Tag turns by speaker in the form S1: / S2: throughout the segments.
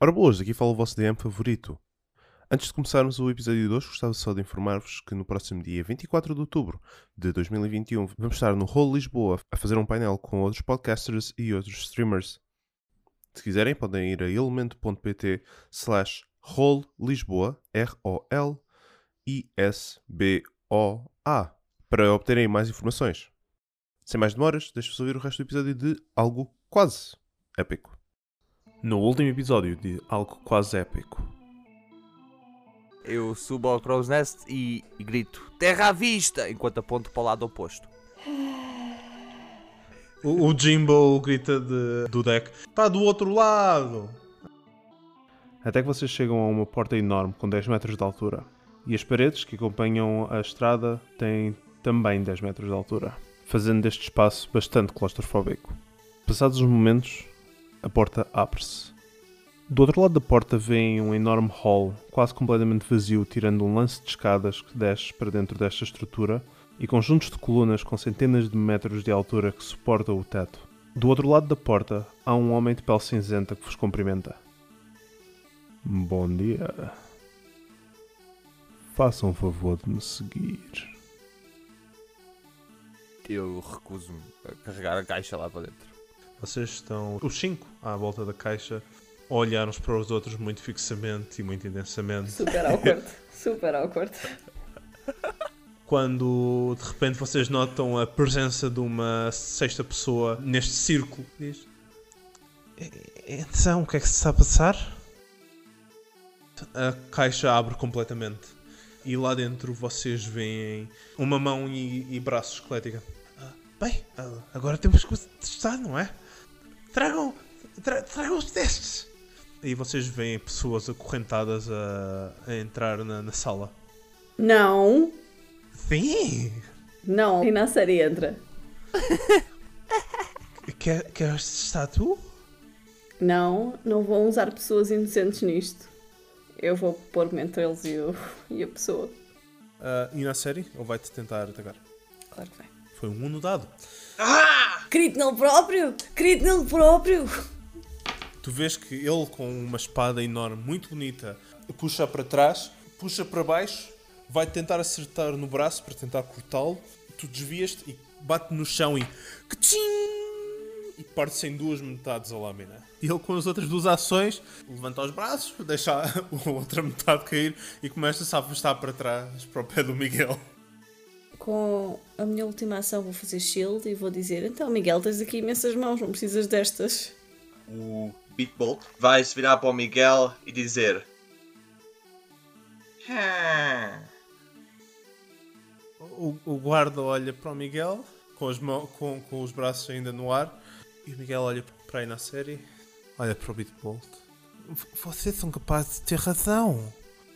S1: Ora boas, aqui fala o vosso DM favorito. Antes de começarmos o episódio de hoje, gostava só de informar-vos que no próximo dia 24 de outubro de 2021 vamos estar no Hall Lisboa a fazer um painel com outros podcasters e outros streamers. Se quiserem, podem ir a elemento.pt slash Rol Lisboa, R-O-L-I-S-B-O-A, para obterem mais informações. Sem mais demoras, deixo-vos ouvir o resto do episódio de Algo Quase Épico. No último episódio de Algo Quase Épico.
S2: Eu subo ao Crow's Nest e e grito Terra à vista! Enquanto aponto para o lado oposto.
S3: O, o Jimbo grita de- do deck: Está do outro lado!
S1: Até que vocês chegam a uma porta enorme com 10 metros de altura. E as paredes que acompanham a estrada têm também 10 metros de altura, fazendo deste espaço bastante claustrofóbico. Passados uns momentos, a porta abre-se. Do outro lado da porta vem um enorme hall, quase completamente vazio, tirando um lance de escadas que desce para dentro desta estrutura e conjuntos de colunas com centenas de metros de altura que suportam o teto. Do outro lado da porta há um homem de pele cinzenta que vos cumprimenta. Bom dia. Façam o favor de me seguir.
S2: Eu recuso-me a carregar a caixa lá para dentro.
S3: Vocês estão, os cinco, à volta da caixa, a olhar uns para os outros muito fixamente e muito intensamente.
S4: Super awkward. Super awkward.
S3: Quando de repente vocês notam a presença de uma sexta pessoa neste círculo, diz: "E- Então, o que é que se está a passar? A caixa abre completamente e lá dentro vocês veem uma mão e, e braço esquelética. "Ah, bem, ah, agora temos que testar, não é? Tragam, tra- tragam os testes! E vocês veem pessoas acorrentadas a, a entrar na- na sala.
S4: Não,
S3: Sim!
S4: não. E na série entra.
S3: Quer, queres estar tu?
S4: Não, não vão usar pessoas inocentes nisto. Eu vou pôr-me entre eles e, o, e a pessoa.
S3: Ah, e na série? Ou vai-te tentar atacar?
S4: Claro que vai.
S3: Foi um 1 no dado.
S4: Querido nele próprio! Querido nele próprio!
S3: Tu vês que ele, com uma espada enorme, muito bonita, puxa para trás, puxa para baixo, vai tentar acertar no braço para tentar cortá-lo. Tu desvias-te e bate no chão e. Ktsching! E parte-se em duas metades a lâmina. E ele, com as outras duas ações, levanta os braços, deixa a outra metade cair e começa-se a afastar para trás, para o pé do Miguel.
S4: Com a minha última ação vou fazer shield e vou dizer Então Miguel, tens aqui imensas mãos, não precisas destas.
S5: o Bitbolt vai se virar para o Miguel e dizer: "Ah,
S3: O, o guarda olha para o Miguel, com, as mão- com- com os braços ainda no ar, e o Miguel olha para aí na série, olha para o Bitbolt. "V- Vocês são capazes de ter razão.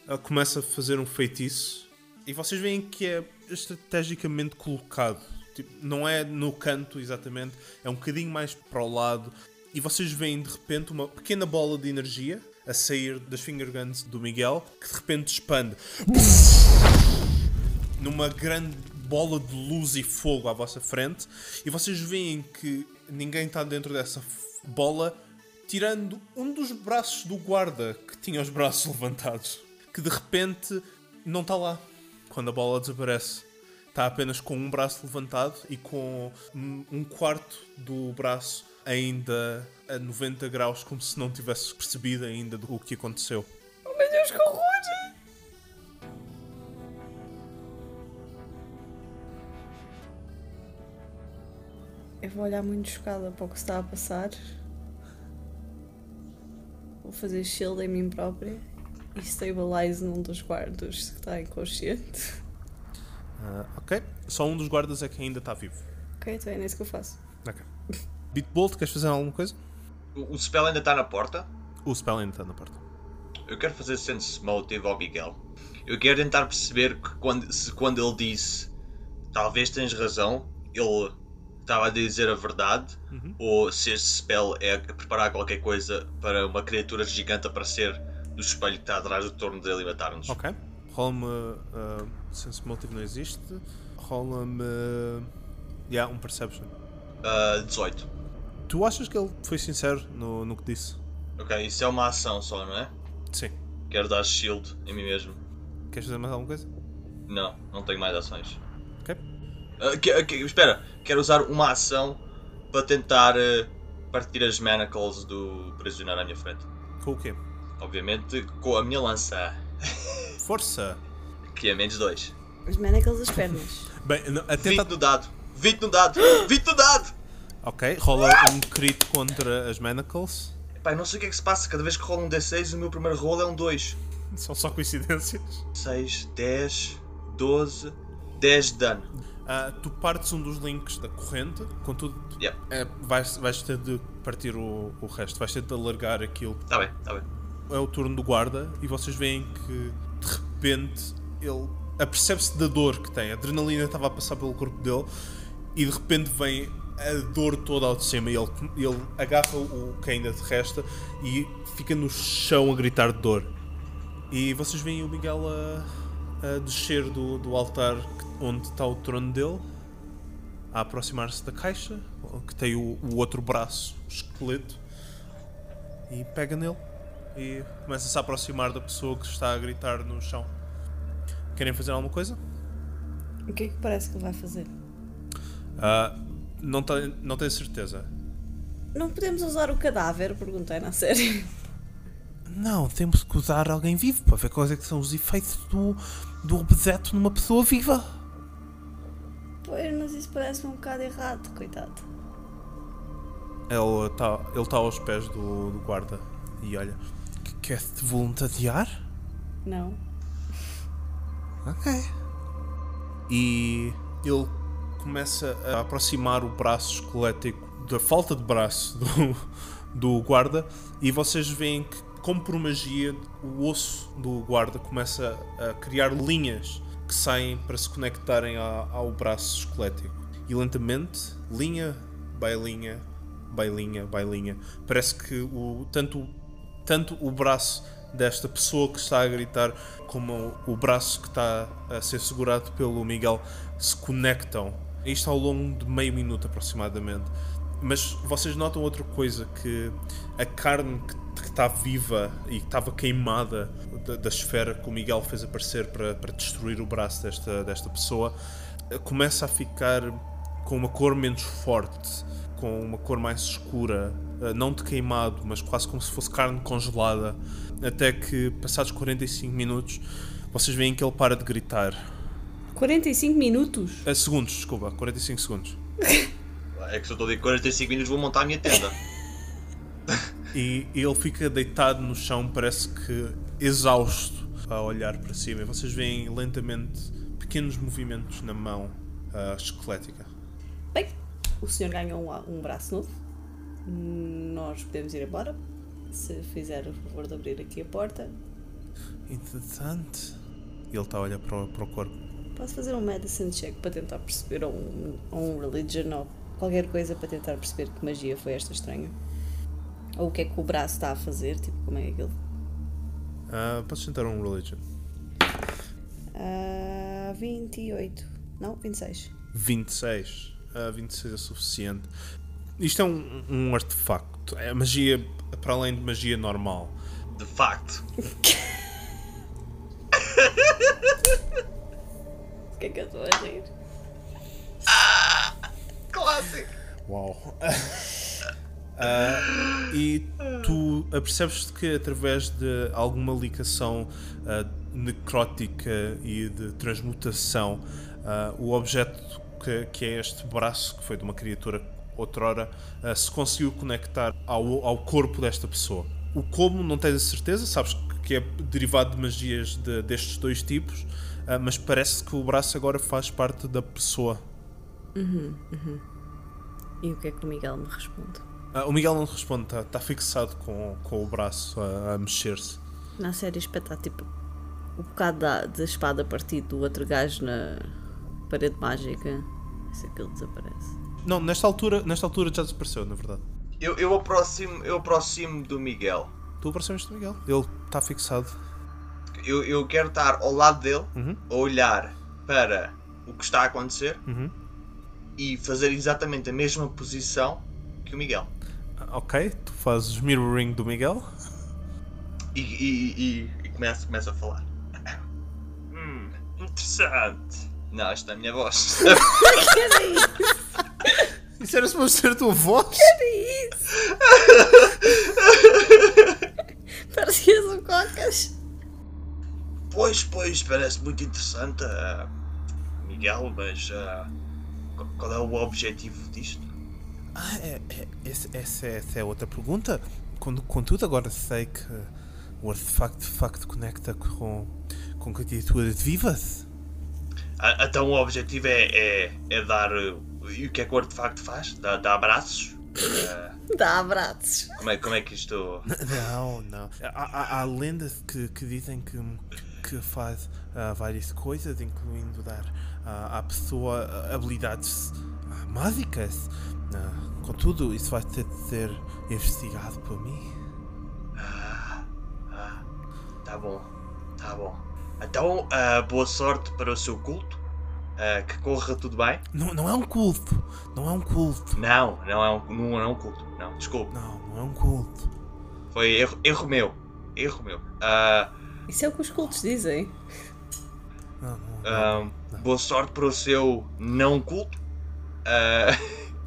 S3: Ele começa a fazer um feitiço, e vocês veem que é estrategicamente colocado. Tipo, não é no canto exatamente, é um bocadinho mais para o lado. E vocês veem de repente uma pequena bola de energia a sair das finger guns do Miguel, que de repente expande numa grande bola de luz e fogo à vossa frente e vocês veem que ninguém está dentro dessa f- bola, tirando um dos braços do guarda que tinha os braços levantados, que de repente não está lá quando a bola desaparece. Está apenas com um braço levantado e com um um quarto do braço ainda a 90 graus, como se não tivesse percebido ainda do que aconteceu.
S4: Oh meu Deus, que horror! Eu vou olhar muito chocada para o que está a passar. Vou fazer shield em mim própria e stabilize num dos guardas que está inconsciente.
S3: Ah, ok. Só um dos guardas é que ainda está vivo.
S4: Ok, então é nisso que eu faço.
S3: Ok. Bitbolt, queres fazer alguma coisa?
S5: O o spell ainda está na porta.
S3: O spell ainda está na porta.
S5: Eu quero fazer sense motive ao Miguel. Eu quero tentar perceber que quando, se quando ele disse talvez tens razão, ele estava a dizer a verdade, ou se este spell é preparar qualquer coisa para uma criatura gigante aparecer do espelho que está atrás do torno dele e matar-nos.
S3: Ok. Rola-me. ah, sense Motive não existe. Rola-me. Yeah, um Perception.
S5: Ah, 18.
S3: Tu achas que ele foi sincero no, no que disse?
S5: Ok, isso é uma ação só, não é?
S3: Sim.
S5: Quero dar shield em mim mesmo.
S3: Queres fazer mais alguma coisa?
S5: Não, não tenho mais ações.
S3: Ok.
S5: Ah, que- que- espera, quero usar uma ação para tentar ah, partir as manacles do prisioneiro à minha frente.
S3: Com o quê?
S5: Obviamente com a minha lança,
S3: Força!
S5: que é menos 2.
S4: Os manacles das pernas.
S3: Bem, não,
S5: 20
S3: atenta.
S5: no dado, 20 no dado, 20 no dado!
S3: Ok, rola um crit contra as manacles.
S5: Pai, não sei o que é que se passa, cada vez que rolo um D6, o meu primeiro rolo é um 2.
S3: São só coincidências.
S5: 6, 10, 12, 10 de dano.
S3: Ah, tu partes um dos links da corrente, contudo,
S5: Yeah,
S3: é, vais, vais ter de partir o, o resto, vais ter de alargar aquilo.
S5: tá bem, tá bem.
S3: É o turno do guarda e vocês veem que de repente ele apercebe-se da dor que tem. A adrenalina estava a passar pelo corpo dele e de repente vem a dor toda ao de cima e ele, ele agarra o que ainda te resta e fica no chão a gritar de dor. E vocês veem o Miguel a, a descer do, do altar que- onde está o trono dele, a aproximar-se da caixa, que tem o, o outro braço, o esqueleto, e pega nele e começa-se a aproximar da pessoa que está a gritar no chão. Querem fazer alguma coisa?
S6: O que é que parece que ele vai fazer?
S3: Ah, não, te- não tenho certeza.
S4: Não podemos usar o cadáver? Perguntei na série.
S3: Não, temos que usar alguém vivo para ver quais é que são os efeitos do, do objeto numa pessoa viva.
S4: Pois, mas isso parece um bocado errado, coitado.
S3: Ele está ele tá aos pés do, do guarda e olha. "Que- Quer-se voluntariar?
S4: Não.
S3: Ok. E ele começa a aproximar o braço esquelético da falta de braço do, do guarda e vocês veem que, como por magia, o osso do guarda começa a criar linhas que saem para se conectarem a- ao braço esquelético. E lentamente, linha by linha, by linha by linha, parece que o, tanto, tanto o braço desta pessoa que está a gritar como o braço que está a ser segurado pelo Miguel se conectam. Isto ao longo de meio minuto aproximadamente. Mas vocês notam outra coisa que a carne que, que está viva e que estava queimada da, da esfera que o Miguel fez aparecer para, para destruir o braço desta, desta pessoa eh, começa a ficar com uma cor menos forte, com uma cor mais escura, eh, não de queimado, mas quase como se fosse carne congelada, até que passados 45 minutos vocês veem que ele para de gritar.
S4: 45 minutos?
S3: Eh, segundos, desculpa, 45 segundos.
S5: É que se eu estou de 45 minutos, vou montar a minha tenda.
S3: E ele fica deitado no chão, parece que exausto, a olhar para cima. E vocês veem lentamente pequenos movimentos na mão ah, esquelética.
S4: Bem, o senhor ganhou um, a- um braço novo. Nós podemos ir embora. Se fizer o favor de abrir aqui a porta.
S3: Interessante. E ele está a olhar para o, para o corpo.
S4: Posso fazer um medicine check para tentar perceber, ou um, ou um religion, ou qualquer coisa para tentar perceber que magia foi esta estranha? Ou o que é que o braço está a fazer? Tipo, como é que ele.
S3: Ah, podes tentar um religion.
S4: Ah, 28. Não, 26.
S3: 26. Ah, 26 é suficiente. Isto é um, um artefacto. É magia para além de magia normal.
S5: De facto.
S4: O que é que eu estou a rir?
S5: Clássico.
S3: Uau. Ah, e tu apercebes-te que através de alguma ligação ah, necrótica e de transmutação, ah, o objeto que, que é este braço, que foi de uma criatura outrora, ah, se conseguiu conectar ao, ao corpo desta pessoa. O como não tens a certeza, sabes que é derivado de magias de- destes dois tipos, ah, mas parece que o braço agora faz parte da pessoa.
S4: E o que é que o Miguel me responde?
S3: Ah, o Miguel não te responde, está fixado com, com o braço a, a mexer-se.
S4: Na série espetar tipo o bocado da, de espada partido do outro gajo na parede mágica. Isso aquilo desaparece.
S3: Não, nesta altura, nesta altura já desapareceu, na verdade.
S5: Eu, eu, aproximo, eu aproximo do Miguel.
S3: Tu aproximas do Miguel, ele está fixado.
S5: Eu, eu quero estar ao lado dele, a olhar para o que está a acontecer e fazer exatamente a mesma posição que o Miguel.
S3: Ah, ok, tu fazes mirroring do Miguel.
S5: E, e, e, e começa, começa a falar. Hum, interessante. Não, isto não é a minha voz.
S3: Isso era suposto ser a tua voz?
S4: Parecias um cocas.
S5: pois, pois, parece muito interessante, ah, Miguel, mas ah, qu- qual é o objetivo disto?
S3: Ah, é, é, esse- essa, é, essa é outra pergunta. Con- Contudo, agora sei que o artefacto de facto conecta com, com criaturas vivas.
S5: Ah, então o objetivo é, é, é dar. ah, e o que é que o artefacto faz? Dá, dá abraços? Ah,
S4: Dá abraços.
S5: como, é, como é que isto.
S3: Não, não. Há, há- há lendas que, que dizem que, que faz ah, várias coisas, incluindo dar ah, à pessoa ah, habilidades ah, mágicas. Ah, contudo, isso vai ter de ser investigado por mim.
S5: Tá bom, tá bom. Então, ah, boa sorte para o seu culto. ah, que corra tudo bem.
S3: Não, não é um culto. Não é um culto.
S5: Não, não é um, não é um culto. Não, desculpe.
S3: Não, não é um culto.
S5: Foi erro, erro meu. Erro meu. Ah,
S4: Isso é o que os cultos dizem.
S3: Não, não, não.
S5: ah, boa sorte para o seu não culto. Ah,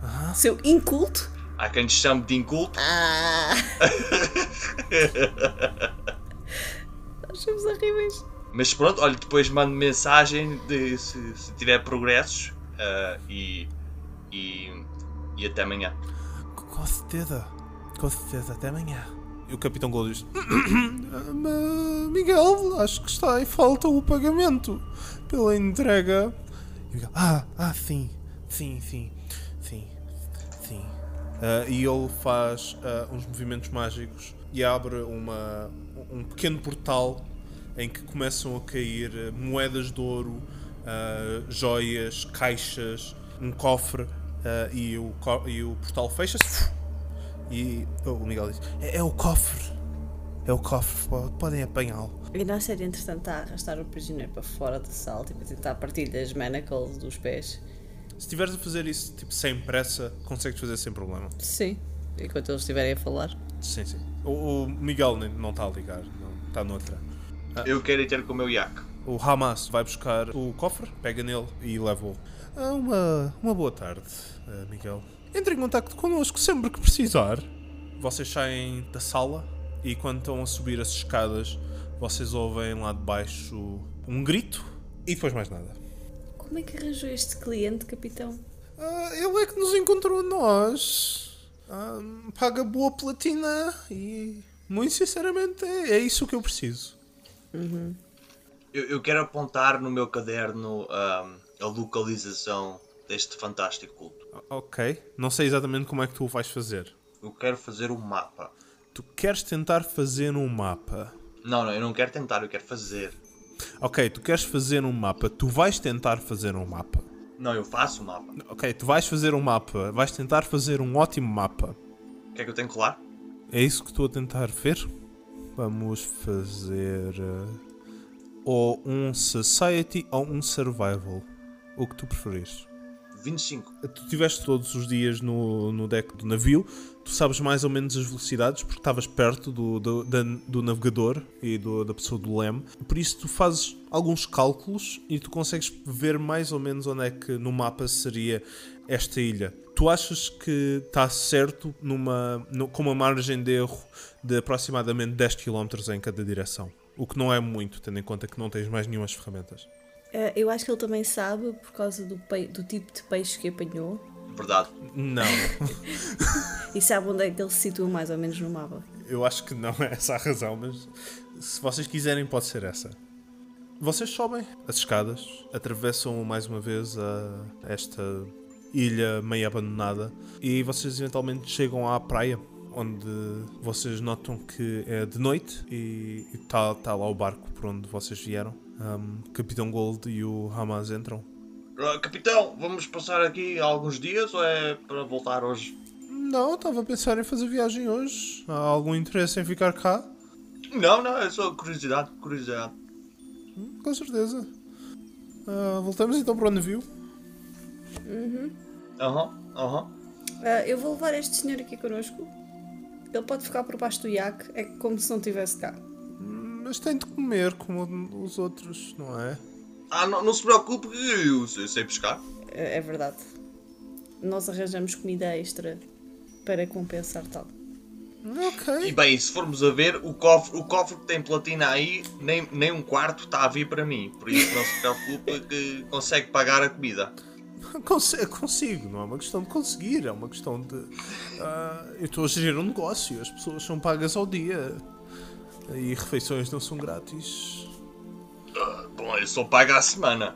S3: Ah,
S4: Seu inculto.
S5: há quem te chame de inculto.
S4: Ah! Nós somos horríveis.
S5: Mas pronto, olha, depois mando mensagem de se, se tiver progressos. ah, e, e. E até amanhã.
S3: com certeza. Com certeza, até amanhã. E o Capitão Golo diz: Miguel, acho que está em falta o pagamento pela entrega. E o Miguel: Ah, ah, sim, sim, sim, sim, sim. Ah, e ele faz ah, uns movimentos mágicos e abre uma, um pequeno portal em que começam a cair ah, moedas de ouro, ah, joias, caixas, um cofre ah, e, o co- e o portal fecha-se. E o Miguel diz: É, é o cofre. É o cofre, po- podem apanhá-lo.
S4: E nós seria entretanto a arrastar o prisioneiro para fora da sala, tipo a tentar partir as manacles dos pés.
S3: Se tiveres a fazer isso tipo sem pressa, consegues fazer sem problema.
S4: Sim. Enquanto eles estiverem a falar.
S3: Sim, sim. O, o Miguel nem- não está a ligar, não, está noutra.
S5: Eu quero ir ter com o meu iaco.
S3: O Hamas vai buscar o cofre, pega nele e leva-o. Ah, Uma, uma boa tarde, ah, Miguel. Entre em contato connosco sempre que precisar. Vocês saem da sala e quando estão a subir as escadas, vocês ouvem lá de baixo um grito e depois mais nada.
S4: Como é que arranjou este cliente, capitão?
S3: Ah, ele é que nos encontrou a nós. Ah, paga boa platina e, muito sinceramente, é, é isso que eu preciso.
S5: Eu, eu quero apontar no meu caderno ahm, a localização deste fantástico culto.
S3: O- Ok. Não sei exatamente como é que tu o vais fazer.
S5: Eu quero fazer um mapa.
S3: Tu queres tentar fazer um mapa.
S5: Não, não, eu não quero tentar, eu quero fazer.
S3: Ok, tu queres fazer um mapa. Tu vais tentar fazer um mapa.
S5: Não, eu faço o mapa.
S3: Ok, tu vais fazer um mapa. Vais tentar fazer um ótimo mapa.
S5: O que é que eu tenho que colar?
S3: É isso que estou a tentar ver. Vamos fazer eh, ou um Society ou um Survival. O que tu preferires.
S5: 25.
S3: Tu estiveste todos os dias no, no deck do navio, tu sabes mais ou menos as velocidades, porque estavas perto do, do, da- do navegador e do- da pessoa do leme. Por isso, tu fazes alguns cálculos e tu consegues ver mais ou menos onde é que no mapa seria esta ilha. Tu achas que está certo numa, no- com uma margem de erro de aproximadamente 10 km em cada direção? O que não é muito, tendo em conta que não tens mais nenhumas ferramentas.
S4: Eh, eu acho que ele também sabe por causa do, pei- do tipo de peixe que apanhou
S5: Verdade.
S3: Não,
S4: e sabe onde é que ele se situa mais ou menos no mapa.
S3: Eu acho que não é essa a razão, mas se vocês quiserem, pode ser essa. Vocês sobem as escadas, atravessam mais uma vez a esta ilha meio abandonada e vocês eventualmente chegam à praia, onde vocês notam que é de noite e está lá o barco por onde vocês vieram. Um, Capitão Gold e o Hamas entram.
S5: Ah, capitão, vamos passar aqui alguns dias ou é para voltar hoje?
S3: Não, estava a pensar em fazer viagem hoje. Há algum interesse em ficar cá?
S5: Não, não, é só curiosidade, curiosidade.
S3: Com certeza. Ah, voltamos então para o navio.
S5: Aham, aham.
S4: Ah, Eh, eu vou levar este senhor aqui connosco. Ele pode ficar por baixo do iaque, é como se não estivesse cá.
S3: Mas tem de comer como os outros, não é?
S5: Ah, não, não se preocupe, eu sei, eu sei pescar.
S4: É, é verdade. Nós arranjamos comida extra para compensar tal.
S5: E
S3: É Ok.
S5: bem, se formos a ver, o cofre, o cofre que tem platina aí, nem, nem um quarto está a vir para mim. Por isso não se preocupe que consegue pagar a comida.
S3: Conse- consigo, não é uma questão de conseguir, é uma questão de. ah, eu estou a gerir um negócio, as pessoas são pagas ao dia. E refeições não são grátis.
S5: Bom, eu só pago à semana.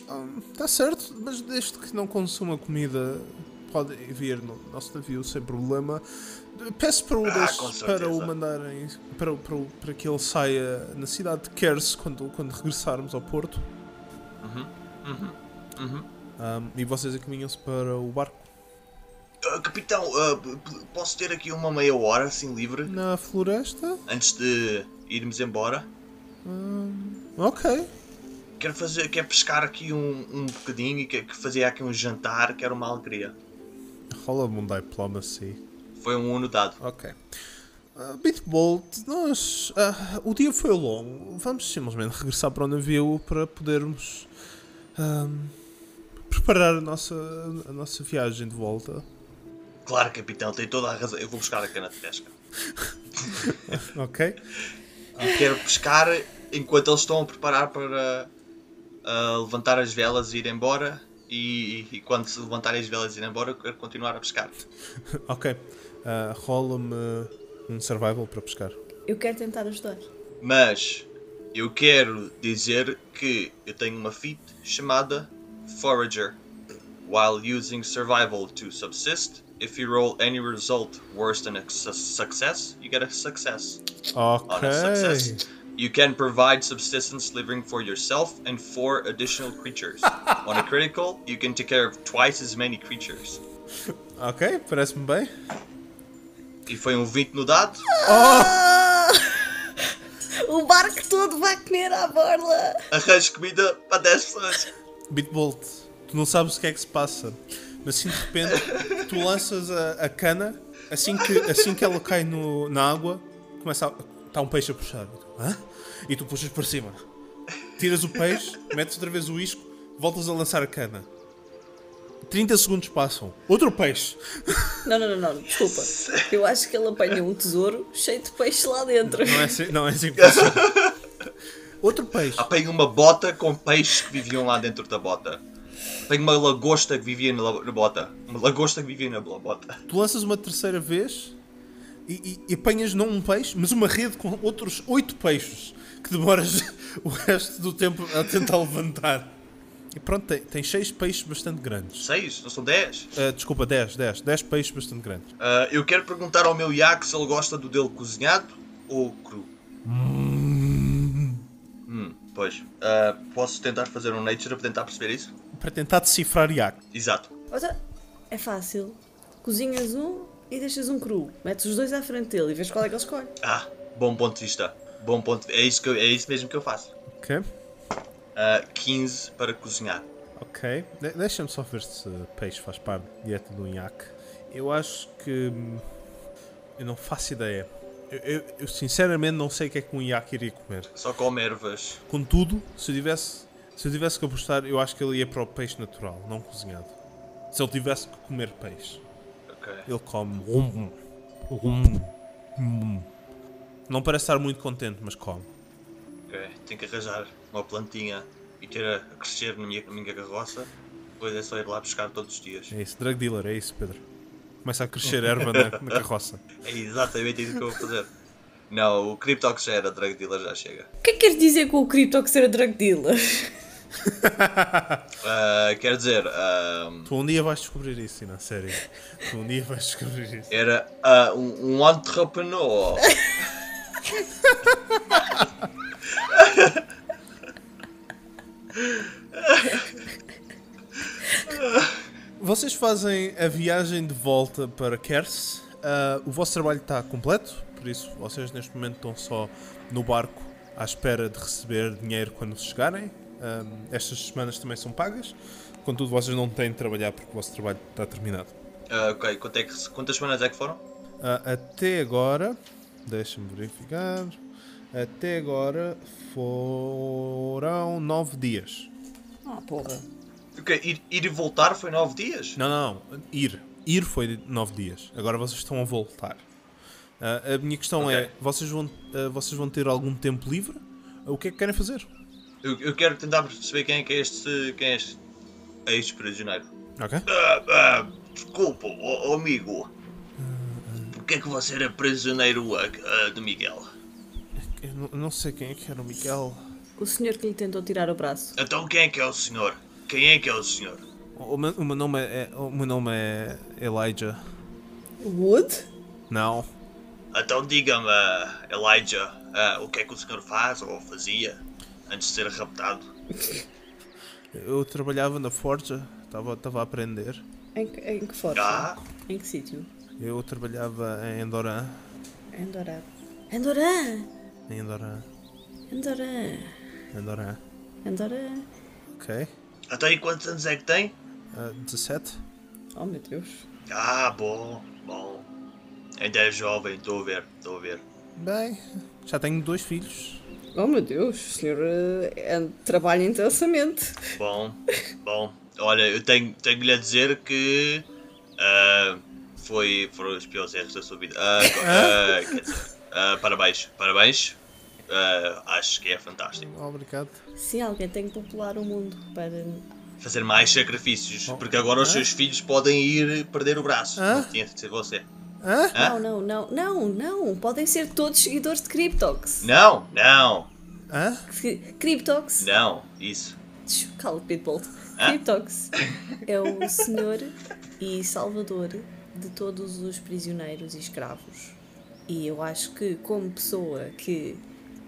S3: Está Tá certo, mas desde que não consuma comida, pode vir no nosso navio sem problema. Peço para o, deixe-
S5: Ah, com certeza.
S3: para o mandarem para, para, o- para que ele saia na cidade de Kers quando, quando regressarmos ao Porto.
S5: Uhum,
S3: Um, e vocês encaminham-se para o barco.
S5: Ah, capitão, ah, p- p- posso ter aqui uma meia hora assim livre
S3: Na floresta?
S5: antes de irmos embora?
S3: Ok.
S5: Quero fazer, quero pescar aqui um, um bocadinho e quero fazer aqui um jantar, quero uma alegria.
S3: Rola um diplomacy.
S5: Foi um uno dado.
S3: Ok. Uh, Bitbolt, nós. ah, o dia foi longo. Vamos simplesmente regressar para o navio para podermos. ahm, preparar a nossa, a nossa viagem de volta.
S5: Claro, capitão, tem toda a razão. Eu vou buscar a cana de pesca.
S3: Ok?
S5: E quero pescar enquanto eles estão a preparar para ah, levantar as velas e ir embora. E, e quando se levantarem as velas e ir embora, eu quero continuar a pescar.
S3: Ok. Ah, Rola-me um survival para pescar.
S4: Eu quero tentar ajudar.
S5: Mas eu quero dizer que eu tenho uma feat chamada Forager. While using survival to subsist, if you roll any result worse than a su- success, you get a success.
S3: Ok.
S5: on a success. You can provide subsistence living for yourself and four additional creatures. on a critical, you can take care of twice as many creatures.
S3: Ok, parece-me bem.
S5: E foi um 20 no dado?
S4: Ah! O barco todo vai comer à borla!
S5: Arranjo comida para 10 pessoas.
S3: Bitbolt, tu não sabes o que é que se passa, mas assim de repente tu lanças a, a cana, assim que, assim que ela cai no- na água, começa a. está um peixe a puxar. E tu, Hã? E tu puxas para cima. Tiras o peixe, metes outra vez o isco, voltas a lançar a cana. 30 segundos passam. Outro peixe.
S4: Não, não, não, não, desculpa. Eu acho que ele apanhou um tesouro cheio de peixe lá dentro.
S3: Não é assim, não é assim que funciona. Outro peixe.
S5: Apanho uma bota com peixes que viviam lá dentro da bota. Tenho uma lagosta que vivia na, la- na bota. Uma lagosta que vivia na bla- bota.
S3: Tu lanças uma terceira vez e, e- e apanhas não um peixe, mas uma rede com outros oito peixes que demoras o resto do tempo a tentar levantar. E pronto, tem, tem seis peixes bastante grandes.
S5: 6? Não são 10?
S3: Ah, desculpa, 10, 10, 10 peixes bastante grandes.
S5: Ah, eu quero perguntar ao meu iaco se ele gosta do dele cozinhado ou cru. Hum, pois. Ah, posso tentar fazer um nature para tentar perceber isso?
S3: Para tentar decifrar Iaco.
S5: Exato.
S4: Outra, é fácil. Cozinhas um e deixas um cru. Metes os dois à frente dele e vês qual é que ele escolhe.
S5: Ah, bom ponto de vista. Bom ponto. É isso, que eu- é isso mesmo que eu faço.
S3: Ok,
S5: Ah, 15 para cozinhar.
S3: ok. De- Deixa-me só ver se peixe faz parte é da dieta do Iaco. um Eu acho que. hum, Eu não faço ideia. Eu, eu- eu sinceramente não sei o que é que um Iaco iria comer.
S5: Só com ervas.
S3: Contudo, se eu tivesse, se eu tivesse que apostar, eu acho que ele ia para o peixe natural, não cozinhado. Se ele tivesse que comer peixe,
S5: Ok.
S3: ele come. Não parece estar muito contente, mas come.
S5: Ok. Tenho que arranjar uma plantinha e ter a a crescer na minha, na minha carroça. Depois é só ir lá buscar todos os dias.
S3: É isso, drug dealer, é isso, Pedro. Começa a crescer erva na, na carroça.
S5: É exatamente isso que eu vou fazer. Não, o Cryptox já era drug dealer, já chega.
S4: O que é que queres dizer com o cripto que ser a drug dealer?
S5: Ah, quer dizer, ah,
S3: Tu um dia vais descobrir isso, na série. Tu um dia vais descobrir isso.
S5: era ah, um, um entrepreneur.
S3: Vocês fazem a viagem de volta para Kers. Ah, o vosso trabalho está completo, por isso vocês neste momento estão só no barco à espera de receber dinheiro quando chegarem. Ahm, estas semanas também são pagas, contudo vocês não têm de trabalhar porque o vosso trabalho está terminado.
S5: Ah, ok, quanto é que- quantas semanas é que foram?
S3: Ah, até agora, deixa-me verificar. Até agora foram nove dias.
S4: Ah, porra.
S5: Ok, ir, ir e voltar foi nove dias?
S3: Não, não, não. Ir. Ir foi nove dias. Agora vocês estão a voltar. Ah, a minha questão
S5: Ok.
S3: é: vocês vão, ah, vocês vão ter algum tempo livre? O que é que querem fazer?
S5: Eu, eu quero tentar perceber quem é que é este. quem é este ex-prisioneiro.
S3: Ok?
S5: Ah, ah, desculpa, ó ó amigo. Porquê é que você era prisioneiro ah, ah, de Miguel?
S3: Eu não, não sei quem é que era o Miguel.
S4: O senhor que lhe tentou tirar o braço.
S5: Então quem é que é o senhor? Quem é que é o senhor?
S3: O meu, o meu nome é. O meu nome é Elijah.
S4: Wood?
S3: Não.
S5: Então diga-me, ah, Elijah, ah, o que é que o senhor faz ou fazia antes de ser raptado?
S3: Eu trabalhava na forja, estava tava a aprender.
S4: Em que, em que forja?
S5: Ah,
S4: Em que sítio?
S3: Eu trabalhava em Endoran.
S4: Andorá. Andorá!
S3: Em Endoran.
S4: Andorá!
S3: Endoran.
S4: Andorá!
S3: Ok.
S5: então e quantos anos é que tem?
S3: Ah, 17?
S4: Oh meu Deus.
S5: Ah, bom, bom. Ainda é jovem, estou a ver, estou a ver.
S3: Bem, já tenho dois filhos.
S4: Oh meu Deus, o senhor eh, an- trabalha intensamente.
S5: Bom, bom. Olha, eu tenho, tenho lhe a dizer que ah, foi, foram os piores erros da sua vida. Ah, ah, quer dizer, ah, parabéns, parabéns. Ah, acho que é fantástico.
S3: Obrigado.
S4: Sim, alguém tem que popular o mundo para.
S5: Fazer mais sacrifícios, porque agora os seus filhos podem ir perder o braço.
S3: Hã?
S5: Não tinha de ser você.
S3: Hã?
S5: Hã?
S4: Não, não, não, não, não. Podem ser todos seguidores de Cryptox.
S5: Não, não,
S3: Hã?
S4: Cri- Cryptox.
S5: não. Isso.
S4: Tch, Cala, Pitbull.
S5: Ah?
S4: Cryptox é o senhor e salvador de todos os prisioneiros e escravos. E eu acho que, como pessoa que,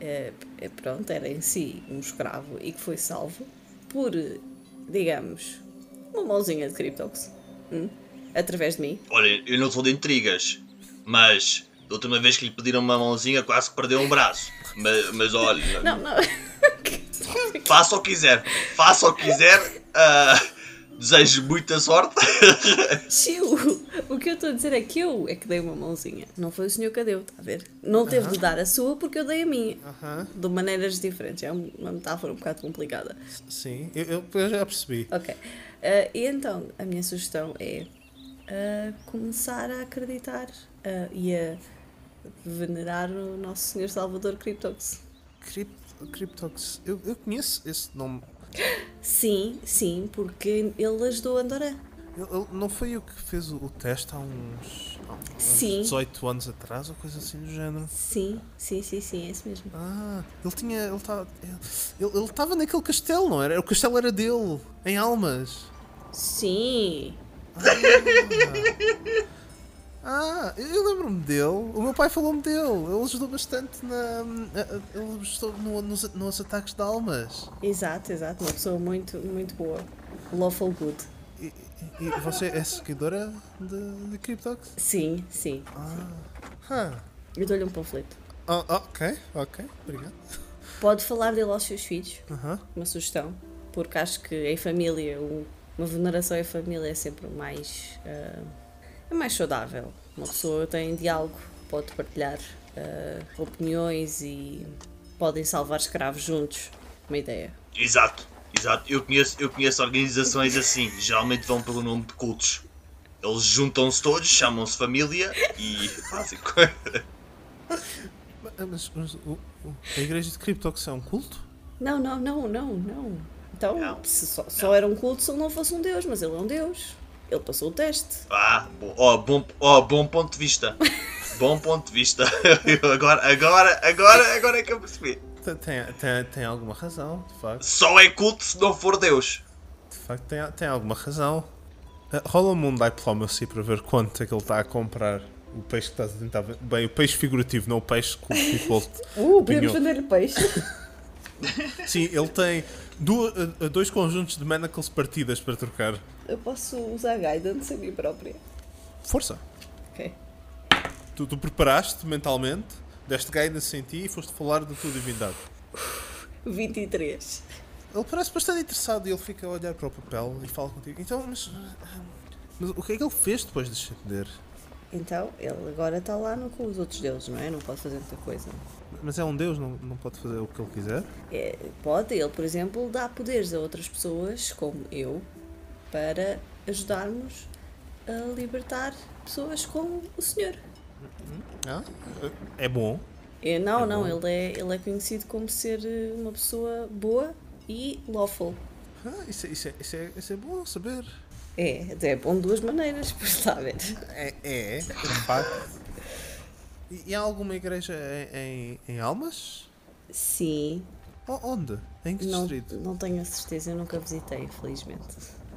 S4: eh, eh, pronto, era em si um escravo e que foi salvo por, eh, digamos, uma mãozinha de Cryptox, hum, através de mim.
S5: Olha, eu não sou de intrigas, mas da última vez que lhe pediram uma mãozinha quase que perdeu um braço. Mas, mas olha,
S4: Não, não.
S5: faça o que quiser, faça o que quiser. ah, desejo muita sorte.
S4: Chiu! O que eu estou a dizer é que eu é que dei uma mãozinha. Não foi o senhor que a deu, está a ver? Não teve de dar a sua porque eu dei a minha.
S3: Aham.
S4: De maneiras diferentes. É uma metáfora um bocado complicada.
S3: Sim, eu, eu- eu já percebi.
S4: Ok. Ah, e então, a minha sugestão é ah, começar a acreditar ah, e a venerar o nosso senhor Salvador Cryptox.
S3: Crypt- Cryptox. Eu, eu conheço esse nome.
S4: Sim, sim, porque ele ajudou Andorra.
S3: Ele- ele- não foi eu que fez o, o teste há uns, há uns
S4: Sim.
S3: 18 anos atrás ou coisa assim do género?
S4: Sim, sim, sim, sim, é isso mesmo.
S3: Ah, ele tinha. Ele estava. Ele estava naquele castelo, não era? O castelo era dele, em Almas.
S4: Sim!
S3: Ah, eu- eu lembro-me dele. O meu pai falou-me dele. Ele ajudou bastante na. a- a- Ele ajudou no- nos, nos ataques de almas.
S4: Exato, exato. Uma pessoa muito, muito boa. Lawful good.
S3: E, e- e você é seguidora de, de Cryptox?
S4: Sim, sim.
S3: Ah.
S4: Eu dou-lhe um panfleto.
S3: Ah, ok, ok, obrigado.
S4: Pode falar dele aos seus filhos,
S3: Aham.
S4: uma sugestão, porque acho que em família, o- uma veneração em família é sempre mais. ah, é mais saudável. Uma pessoa tem diálogo, pode partilhar ah, opiniões e podem salvar escravos juntos. Uma ideia.
S5: Exato, exato. Eu conheço, eu conheço organizações assim, geralmente vão pelo nome de cultos. Eles juntam-se todos, chamam-se família e fazem coisas.
S3: Ah, Mas, mas o- o- a igreja de Cryptox é um culto?
S4: Não, não, não, não, não. Então,
S5: Não,
S4: se só, só era um culto se ele não fosse um deus, mas ele é um deus. Ele passou o teste.
S5: Ah, bom, ó, bom, ó, bom ponto de vista. Bom ponto de vista. Eu agora, agora, agora, agora é que eu percebi.
S3: Tem, tem, tem, tem alguma razão, de facto.
S5: Só é culto se não for Deus.
S3: De facto, tem, tem alguma razão. Ah, Rola-me um diplomacy para ver quanto é que ele está a comprar. O peixe que estás a tentar vender. Bem, o peixe figurativo, não o peixe que o people.
S6: Uh,
S3: Opinião.
S6: podemos vender-lhe peixe.
S3: Sim, ele tem duas, ah, ah, dois conjuntos de manacles partidas para trocar.
S6: Eu posso usar guidance a mim própria.
S3: Força!
S4: Ok.
S3: Tu, tu preparaste mentalmente, deste guidance em ti e foste falar da tua divindade.
S4: 23.
S3: Ele parece bastante interessado e ele fica a olhar para o papel e fala contigo. Então, mas. ah, Mas o que é que ele fez depois de se atender?
S4: Então, ele agora está lá no- com os outros deuses, não é? Não pode fazer muita coisa.
S3: Mas é um deus, não, não pode fazer o que ele quiser.
S4: É, pode, ele, por exemplo, dá poderes a outras pessoas, como eu, para ajudarmos a libertar pessoas como o senhor.
S3: Ah, é bom.
S4: É, não, não, ele é, ele é conhecido como ser eh, uma pessoa boa e lawful.
S3: Ah, isso, é- isso, é, isso, é, isso é bom saber.
S4: É, até é bom de duas maneiras, por saber.
S3: É, é, de facto. E, e há alguma igreja em, em, em Almas?
S4: Sim,
S3: O- onde? Em que
S4: não,
S3: distrito?
S4: não tenho a certeza, eu nunca visitei, infelizmente.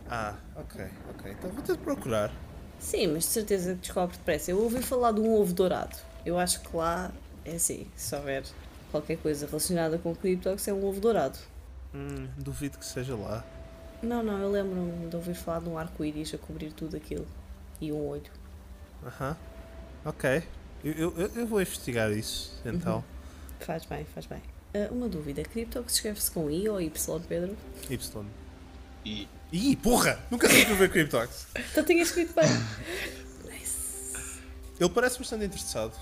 S3: Ah, ok, ok. Então vou ter de procurar.
S4: Sim, mas de certeza que descobre depressa. Eu ouvi falar de um ovo dourado. Eu acho que lá é assim, se houver qualquer coisa relacionada com criptox é um ovo dourado.
S3: Hum, duvido que seja lá.
S4: Não, não, eu lembro-me de ouvir falar de um arco-íris a cobrir tudo aquilo. E um olho.
S3: Aham. Ok. Eu, eu, eu- eu vou investigar isso, então.
S4: Faz bem, faz bem. Ah, uma dúvida, criptox escreve-se com I ou Y, Pedro?
S3: Y.
S5: E
S3: Ih, porra! Nunca sei escrever Cryptox.
S4: Então tinha escrito bem.
S3: Ele parece bastante interessado.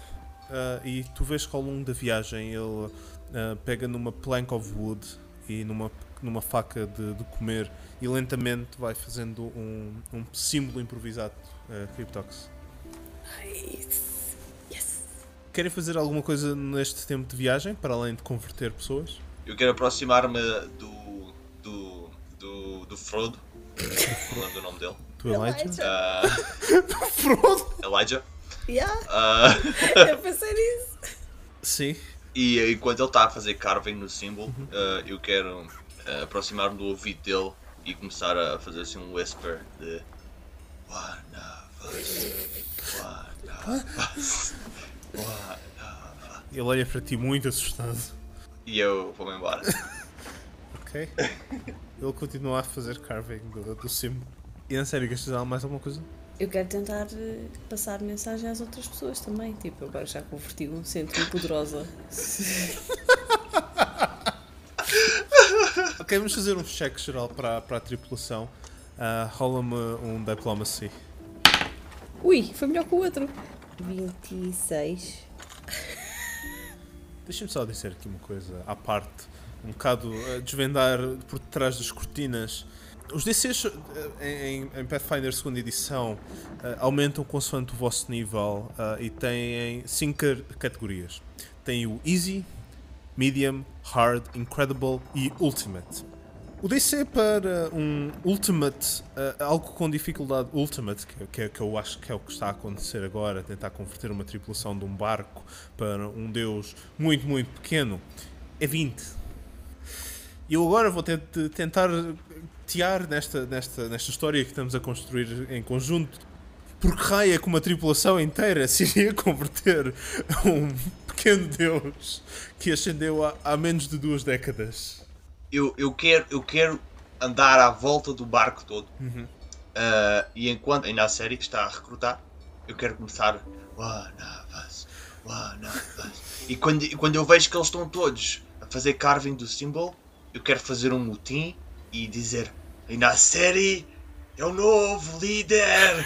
S3: Ah, e tu vês que ao longo da viagem ele ah, pega numa plank of wood e numa, numa faca de, de comer e lentamente vai fazendo um, um símbolo improvisado uh, Cryptox.
S4: Nice. Yes.
S3: Querem fazer alguma coisa neste tempo de viagem, para além de converter pessoas?
S5: eu quero aproximar-me do, do. do. do Frodo. Não lembro o nome dele.
S3: Tu, é
S4: é
S3: Elijah?
S5: Elijah.
S4: Yeah,
S5: Ah,
S4: eu pensei nisso.
S3: Sim.
S5: e enquanto ele está a fazer carving no símbolo, ah, eu quero ah, aproximar-me do ouvido dele e começar a fazer assim um whisper de. One of us. One of us. One of us."
S3: Ele olha para ti muito assustado.
S5: E eu vou-me embora.
S3: Ok. Ele continua a fazer carving do, do símbolo. E na série, gastas mais alguma coisa?
S4: Eu quero tentar eh, passar mensagem às outras pessoas também. Tipo, eu agora já converti um centro poderosa.
S3: Ok, vamos fazer um cheque geral para, para a tripulação. Ah, Rola-me um diplomacy.
S4: Ui, foi melhor que o outro. 26.
S3: Deixa-me só dizer aqui uma coisa à parte, um bocado a desvendar por trás das cortinas. Os DCs eh, em, em Pathfinder 2 edição eh, aumentam consoante o vosso nível ah, e têm 5 categorias. Tem o Easy, Medium, Hard, Incredible e Ultimate. O DC para um Ultimate, ah, algo com dificuldade Ultimate, que, que, que eu acho que é o que está a acontecer agora, tentar converter uma tripulação de um barco para um deus muito, muito pequeno, é 20. E eu agora vou ter de tentar tear nesta, nesta, nesta história que estamos a construir em conjunto, porque raia que uma tripulação inteira se iria converter a um pequeno deus que ascendeu há, há menos de duas décadas.
S5: eu, eu, quero, eu quero andar à volta do barco todo. Ah, e enquanto ainda a série está a recrutar, eu quero começar. "One of us, one of us." E quando, e quando eu vejo que eles estão todos a fazer carving do símbolo, eu quero fazer um motim e dizer: Ainda a série é o novo líder,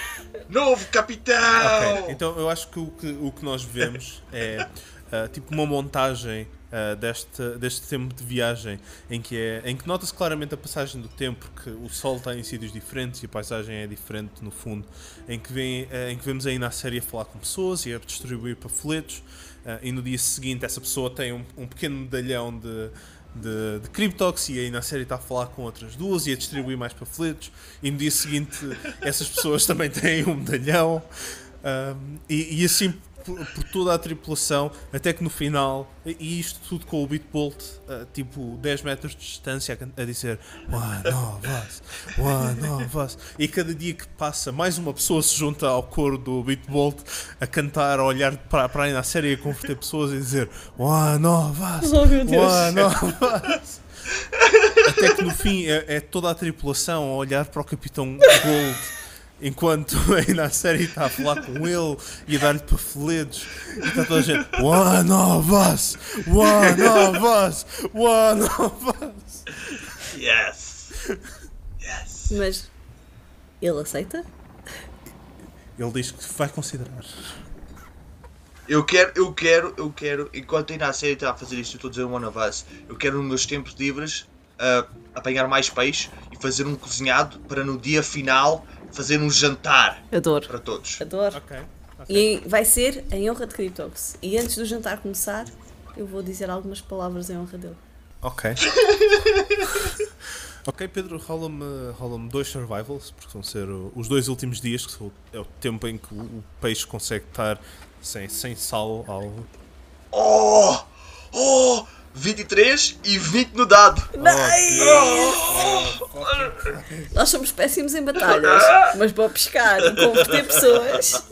S5: novo capitão.
S3: Ok, então eu acho que o que, o que nós vemos é ah, tipo uma montagem ah, deste, deste tempo de viagem em que, é, em que nota-se claramente a passagem do tempo, porque o sol está em sítios diferentes e a paisagem é diferente no fundo, em que, vem, ah, em que vemos ainda a série a falar com pessoas e a distribuir panfletos, ah, e no dia seguinte essa pessoa tem um, um pequeno medalhão de de, de Cryptox e aí na série está a falar com outras duas e a distribuir mais panfletos e no dia seguinte essas pessoas também têm um medalhão Ahm, e, e assim por, por toda a tripulação até que no final e- e isto tudo com o Bitbolt ah, tipo 10 metros de distância a can- a, dizer One of us, one of us e cada dia que passa mais uma pessoa se junta ao coro do Bitbolt a cantar, a olhar para, para aí na série e a converter pessoas e dizer One of us,
S4: Oh, meu Deus.
S3: Uau, não. Até que no fim é, é toda a tripulação a olhar para o Capitão Gold enquanto ainda a série está a falar com ele e a dar-lhe pafoledos e está toda a gente One of us! One of us! One of us!
S5: Yes! Yes!
S4: Mas ele aceita?
S3: Ele diz que vai considerar.
S5: Eu quero, eu quero, eu quero, enquanto ainda a série está a fazer isto, eu estou a dizer one of us, eu quero nos meus tempos livres ah, apanhar mais peixe e fazer um cozinhado para no dia final fazer um jantar
S4: Adoro,
S5: para todos.
S4: adoro.
S3: Ok.
S4: E vai ser em honra de Cryptox. E antes do jantar começar, eu vou dizer algumas palavras em honra dele.
S3: Ok. ok, Pedro, rola-me rola dois survivals, porque vão ser o- os dois últimos dias, que são- é o tempo em que o, o peixe consegue estar sem, sem sal ao.
S5: Oh! Oh! 23 e 20 no dado!
S4: Nós somos péssimos em batalhas, mas para pescar e converter pessoas.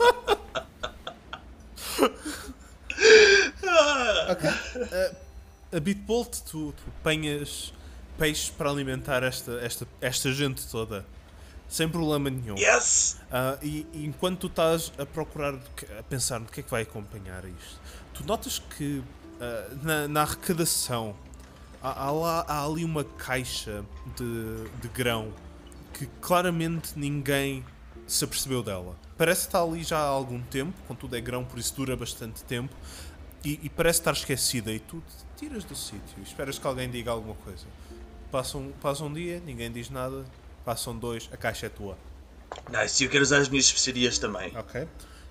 S3: A Bitbolt, tu, tu apanhas peixe para alimentar esta, esta, esta gente toda, sem problema nenhum.
S5: Yes!
S3: Ah, e, e enquanto tu estás a procurar, do que- a pensar no que é que vai acompanhar isto, tu notas que ah, na, na arrecadação há, há lá- há ali uma caixa de, de grão que claramente ninguém se apercebeu dela. Parece estar ali já há algum tempo, contudo é grão, por isso dura bastante tempo, e, e parece estar esquecida. E tu tiras do sítio e esperas que alguém diga alguma coisa. Passa um, passa um dia, ninguém diz nada, passam dois, a caixa é tua.
S5: Nice, eu quero usar as minhas especiarias também.
S3: Ok.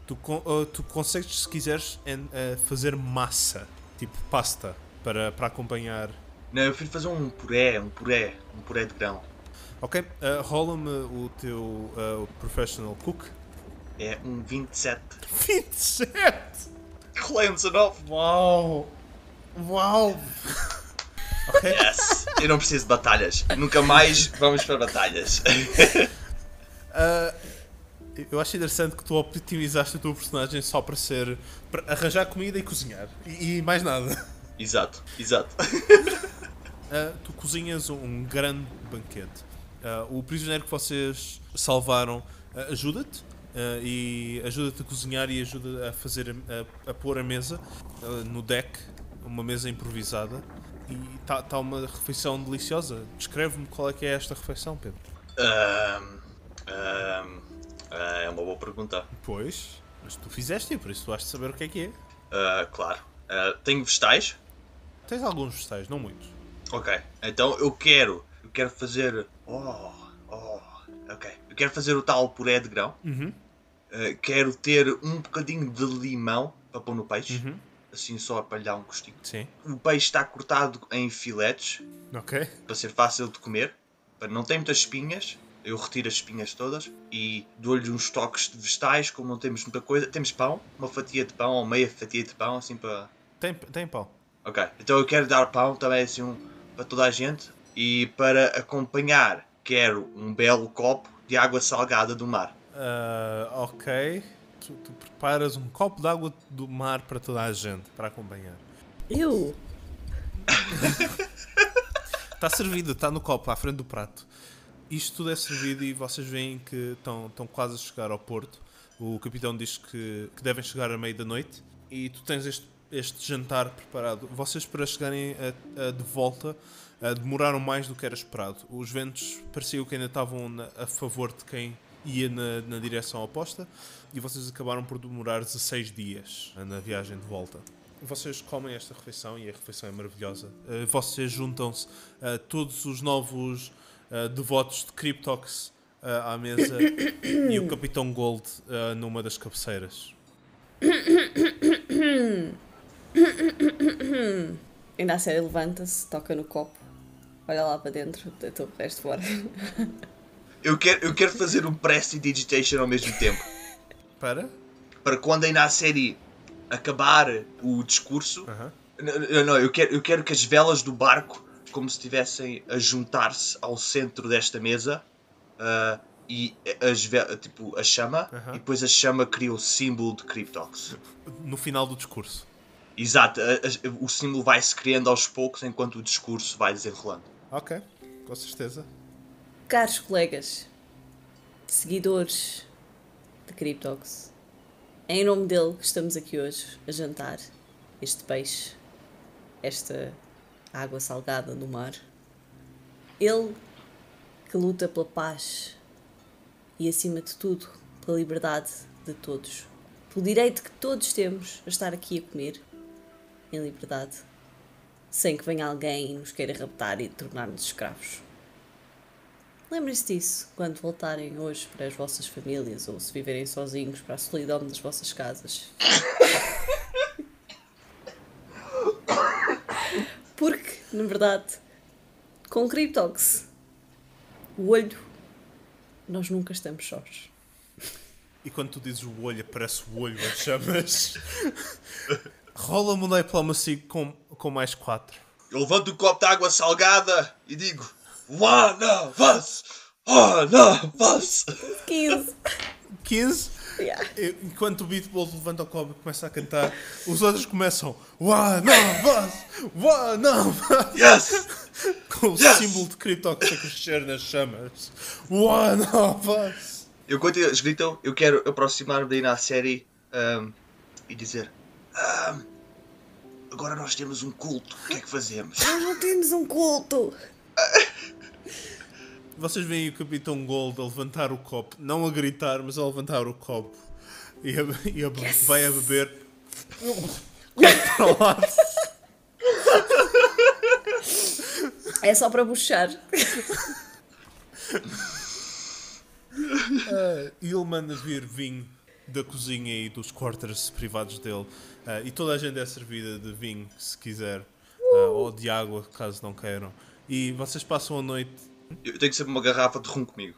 S3: Tu, con- ah, tu consegues, se quiseres, en- ah, fazer massa, tipo pasta, para, para acompanhar.
S5: Não, eu prefiro fazer um puré, um puré, um puré de grão.
S3: Ok, ah, rola-me o teu ah, o professional cook.
S5: É um 27.
S3: 27!
S5: Rolei um 19.
S3: Uau! Uau! ok,
S5: Yes! Eu não preciso de batalhas. Nunca mais vamos para batalhas.
S3: eu acho interessante que tu optimizaste o teu personagem só para ser. para arranjar comida e cozinhar. E, e mais nada.
S5: exato, exato.
S3: Ah, tu cozinhas um, um grande banquete. Ah, o prisioneiro que vocês salvaram ah, ajuda-te ah, e ajuda-te a cozinhar e ajuda a fazer a, a- a pôr a mesa ah, no deck, uma mesa improvisada e está uma refeição deliciosa. Descreve-me qual é que é esta refeição, Pedro.
S5: Ahm, ahm, ah, é uma boa pergunta.
S3: Pois, mas tu fizeste e por isso tu has de saber o que é que é.
S5: Ah, claro. Ah, tenho vegetais?
S3: Tens alguns vegetais, não muitos.
S5: Ok. Então eu quero. Eu quero fazer. Oh, oh. Ok. Eu quero fazer o tal puré de grão. Ah, quero ter um bocadinho de limão para pôr no peixe. Assim só para lhe dar um gostinho.
S3: Sim.
S5: O peixe está cortado em filetes
S3: Ok.
S5: para ser fácil de comer. Para não ter muitas espinhas. Eu retiro as espinhas todas e dou-lhe uns toques de vegetais, como não temos muita coisa. Temos pão, uma fatia de pão ou meia fatia de pão, assim para
S3: Tem, tem pão.
S5: Ok, então eu quero dar pão também assim um, para toda a gente e para acompanhar quero um belo copo de água salgada do mar.
S3: Ah, ok. Tu, tu preparas um copo de água do mar para toda a gente, para acompanhar.
S4: Eu?
S3: Está servido, está no copo, à frente do prato. Isto tudo é servido e vocês veem que estão, estão quase a chegar ao porto. O capitão diz que, que devem chegar à meia da noite e tu tens este, este jantar preparado. Vocês, para chegarem a- a de volta, ah, demoraram mais do que era esperado. Os ventos pareciam que ainda estavam na- a favor de quem ia na, na direção oposta e vocês acabaram por demorar 16 dias na viagem de volta. Vocês comem esta refeição e a refeição é maravilhosa. Uh, vocês juntam-se uh, todos os novos uh, devotos de Cryptox uh, à mesa e o Capitão Gold uh, numa das cabeceiras.
S4: Ainda a série levanta-se, toca no copo, olha lá para dentro, deitou o resto fora.
S5: Eu quero, eu quero fazer um prestidigitation ao mesmo tempo.
S3: Para?
S5: Para quando ainda a série acabar o discurso. N- n- Não, eu quero, eu quero que as velas do barco, como se estivessem a juntar-se ao centro desta mesa. ah, e as ve- tipo, a chama, e depois a chama cria o símbolo de Cryptox.
S3: No final do discurso.
S5: Exato, a- a- o símbolo vai se criando aos poucos enquanto o discurso vai desenrolando.
S3: Ok, com certeza.
S4: Caros colegas, seguidores de Cryptox, é em nome dele que estamos aqui hoje a jantar este peixe, esta água salgada do mar. Ele que luta pela paz e, acima de tudo, pela liberdade de todos, pelo direito que todos temos a estar aqui a comer em liberdade, sem que venha alguém e nos queira raptar e tornar-nos escravos. Lembrem-se disso quando voltarem hoje para as vossas famílias ou se viverem sozinhos para a solidão das vossas casas. Porque, na verdade, com Cryptox, o olho, nós nunca estamos sós.
S3: E quando tu dizes o olho, aparece o olho em chamas. Rola-me um diplomacy com, com mais 4.
S5: Eu levanto o copo de água salgada e digo: Lana, vas! Lana, vas!
S4: 15!
S3: 15.
S4: Yeah.
S3: E- Enquanto o Beatbolt levanta o cobre e começa a cantar, os outros começam Uá, não, vas! Uá, não, vas!
S5: Yes!
S3: Com o
S5: Yes!
S3: símbolo de Cryptox a crescer nas chamas. Uá, não, vas!
S5: Eu quando eles gritam, eu quero aproximar-me daí na série ahm, e dizer: "Ahm, Agora nós temos um culto, o que é que fazemos?
S4: Nós não temos um culto!
S3: Vocês veem o Capitão Gold a levantar o copo, não a gritar, mas a levantar o copo. E, a, e a- vai a beber. Corre para o lado.
S4: É só para buchar.
S3: E ele manda vir vinho da cozinha e dos quarters privados dele. Ah, e toda a gente é servida de vinho, se quiser. ah, ou de água, caso não queiram. E vocês passam a noite.
S5: Eu tenho sempre uma garrafa de rum comigo.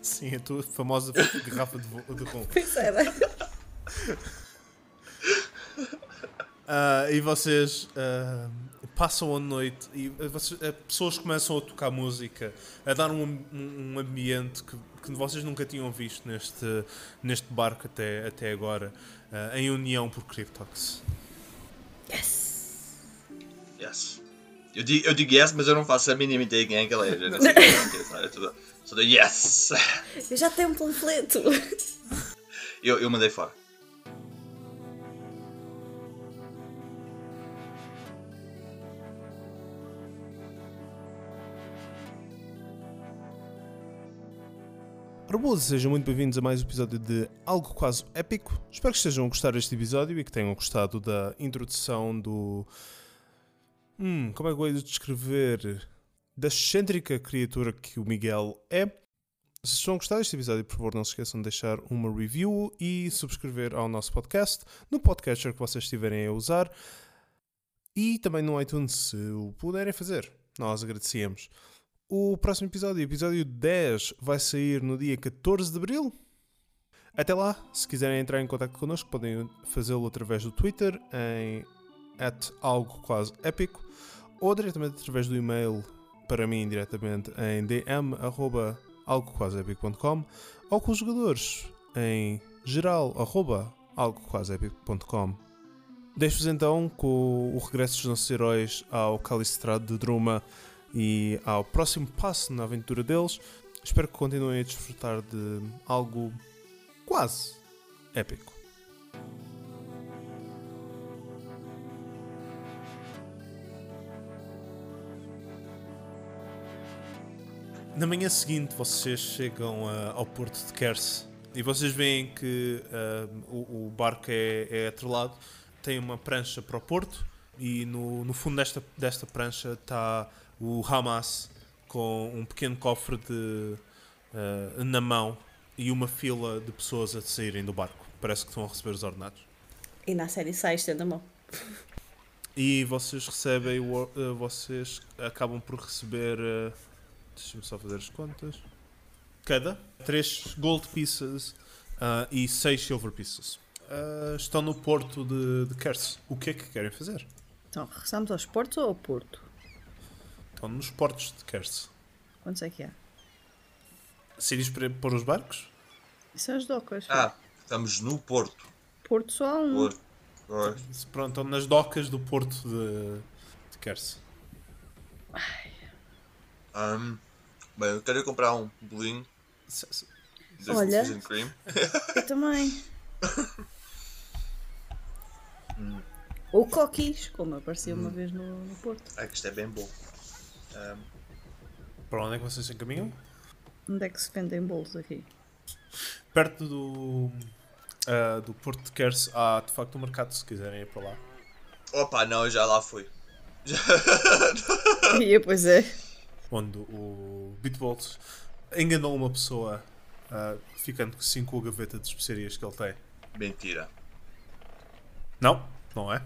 S3: Sim, a tua famosa garrafa de, vo- de rum.
S4: Pois é, né? era.
S3: Ah, e vocês ah, passam a noite e vocês- eh, pessoas começam a tocar música, a dar um, um- um ambiente que, que vocês nunca tinham visto neste, neste barco até, até agora, ah, em união por Cryptox.
S5: Yes. Eu digo, eu digo yes, mas eu não faço a mínima ideia de quem é que ela é. Eu não sei quem é que é, sabe? Eu só dou- Só dou yes!
S4: Eu já tenho um panfleto.
S5: Eu, eu mandei fora.
S3: Arbolas, sejam muito bem-vindos a mais um episódio de Algo Quase Épico. Espero que estejam a gostar deste episódio e que tenham gostado da introdução do. Hum, como é que eu hei de descrever? Da excêntrica criatura que o Miguel é. Se estão a gostar deste episódio, por favor, não se esqueçam de deixar uma review e subscrever ao nosso podcast no podcatcher que vocês estiverem a usar e também no iTunes, se o puderem fazer. Nós agradecemos. O próximo episódio, episódio 10, vai sair no dia 14 de abril. Até lá, se quiserem entrar em contato connosco, podem fazê-lo através do Twitter em algo quase épico ou diretamente através do e-mail para mim diretamente em dm arroba algoquaseepico.com ou com os jogadores em geral arroba algoquaseepico.com. Deixo-vos então com o regresso dos nossos heróis ao Calistrado de Druma e ao próximo passo na aventura deles. Espero que continuem a desfrutar de algo quase épico. Na manhã seguinte, vocês chegam ah, ao porto de Kers e vocês veem que ah, o, o barco é, é atrelado, tem uma prancha para o porto e no, no fundo desta, desta prancha está o Hamas com um pequeno cofre de, ah, na mão e uma fila de pessoas a saírem do barco. Parece que estão a receber os ordenados.
S4: E na série sai estendo a mão.
S3: E vocês recebem, o or- eh, vocês acabam por receber. eh, Deixa-me só fazer as contas. Cada 3 gold pieces ah, e 6 silver pieces. Ah, estão no porto de, de Kers. O que é que querem fazer?
S7: Então, regressamos aos portos ou ao Porto?
S3: Estão nos portos de Kers.
S7: Quantos é que é?
S3: Decides para pôr os barcos?
S7: Isso é as docas.
S5: Ah, estamos no Porto.
S7: Porto só há um.
S5: Porto. Alright.
S3: Se- Pronto, estão nas docas do porto de, de Kers.
S5: Ahm, bem, eu quero comprar um bolinho
S3: Se- se-
S5: de
S7: Olha.
S5: Season Cream.
S7: Eu também. Ou coquis, como apareceu uma vez no, no Porto.
S5: Ai, que isto é bem bom. Ahm,
S3: Para onde é que vocês se encaminham?
S7: Onde é que se vendem bolos aqui?
S3: Perto do. ah, do Porto de Kers há de facto um mercado se quiserem ir para lá.
S5: Opa, não, eu já lá fui.
S7: E, pois é.
S3: Onde o Bitbolt enganou uma pessoa ah, ficando sim com a gaveta de especiarias que ele tem.
S5: Mentira.
S3: Não, não é?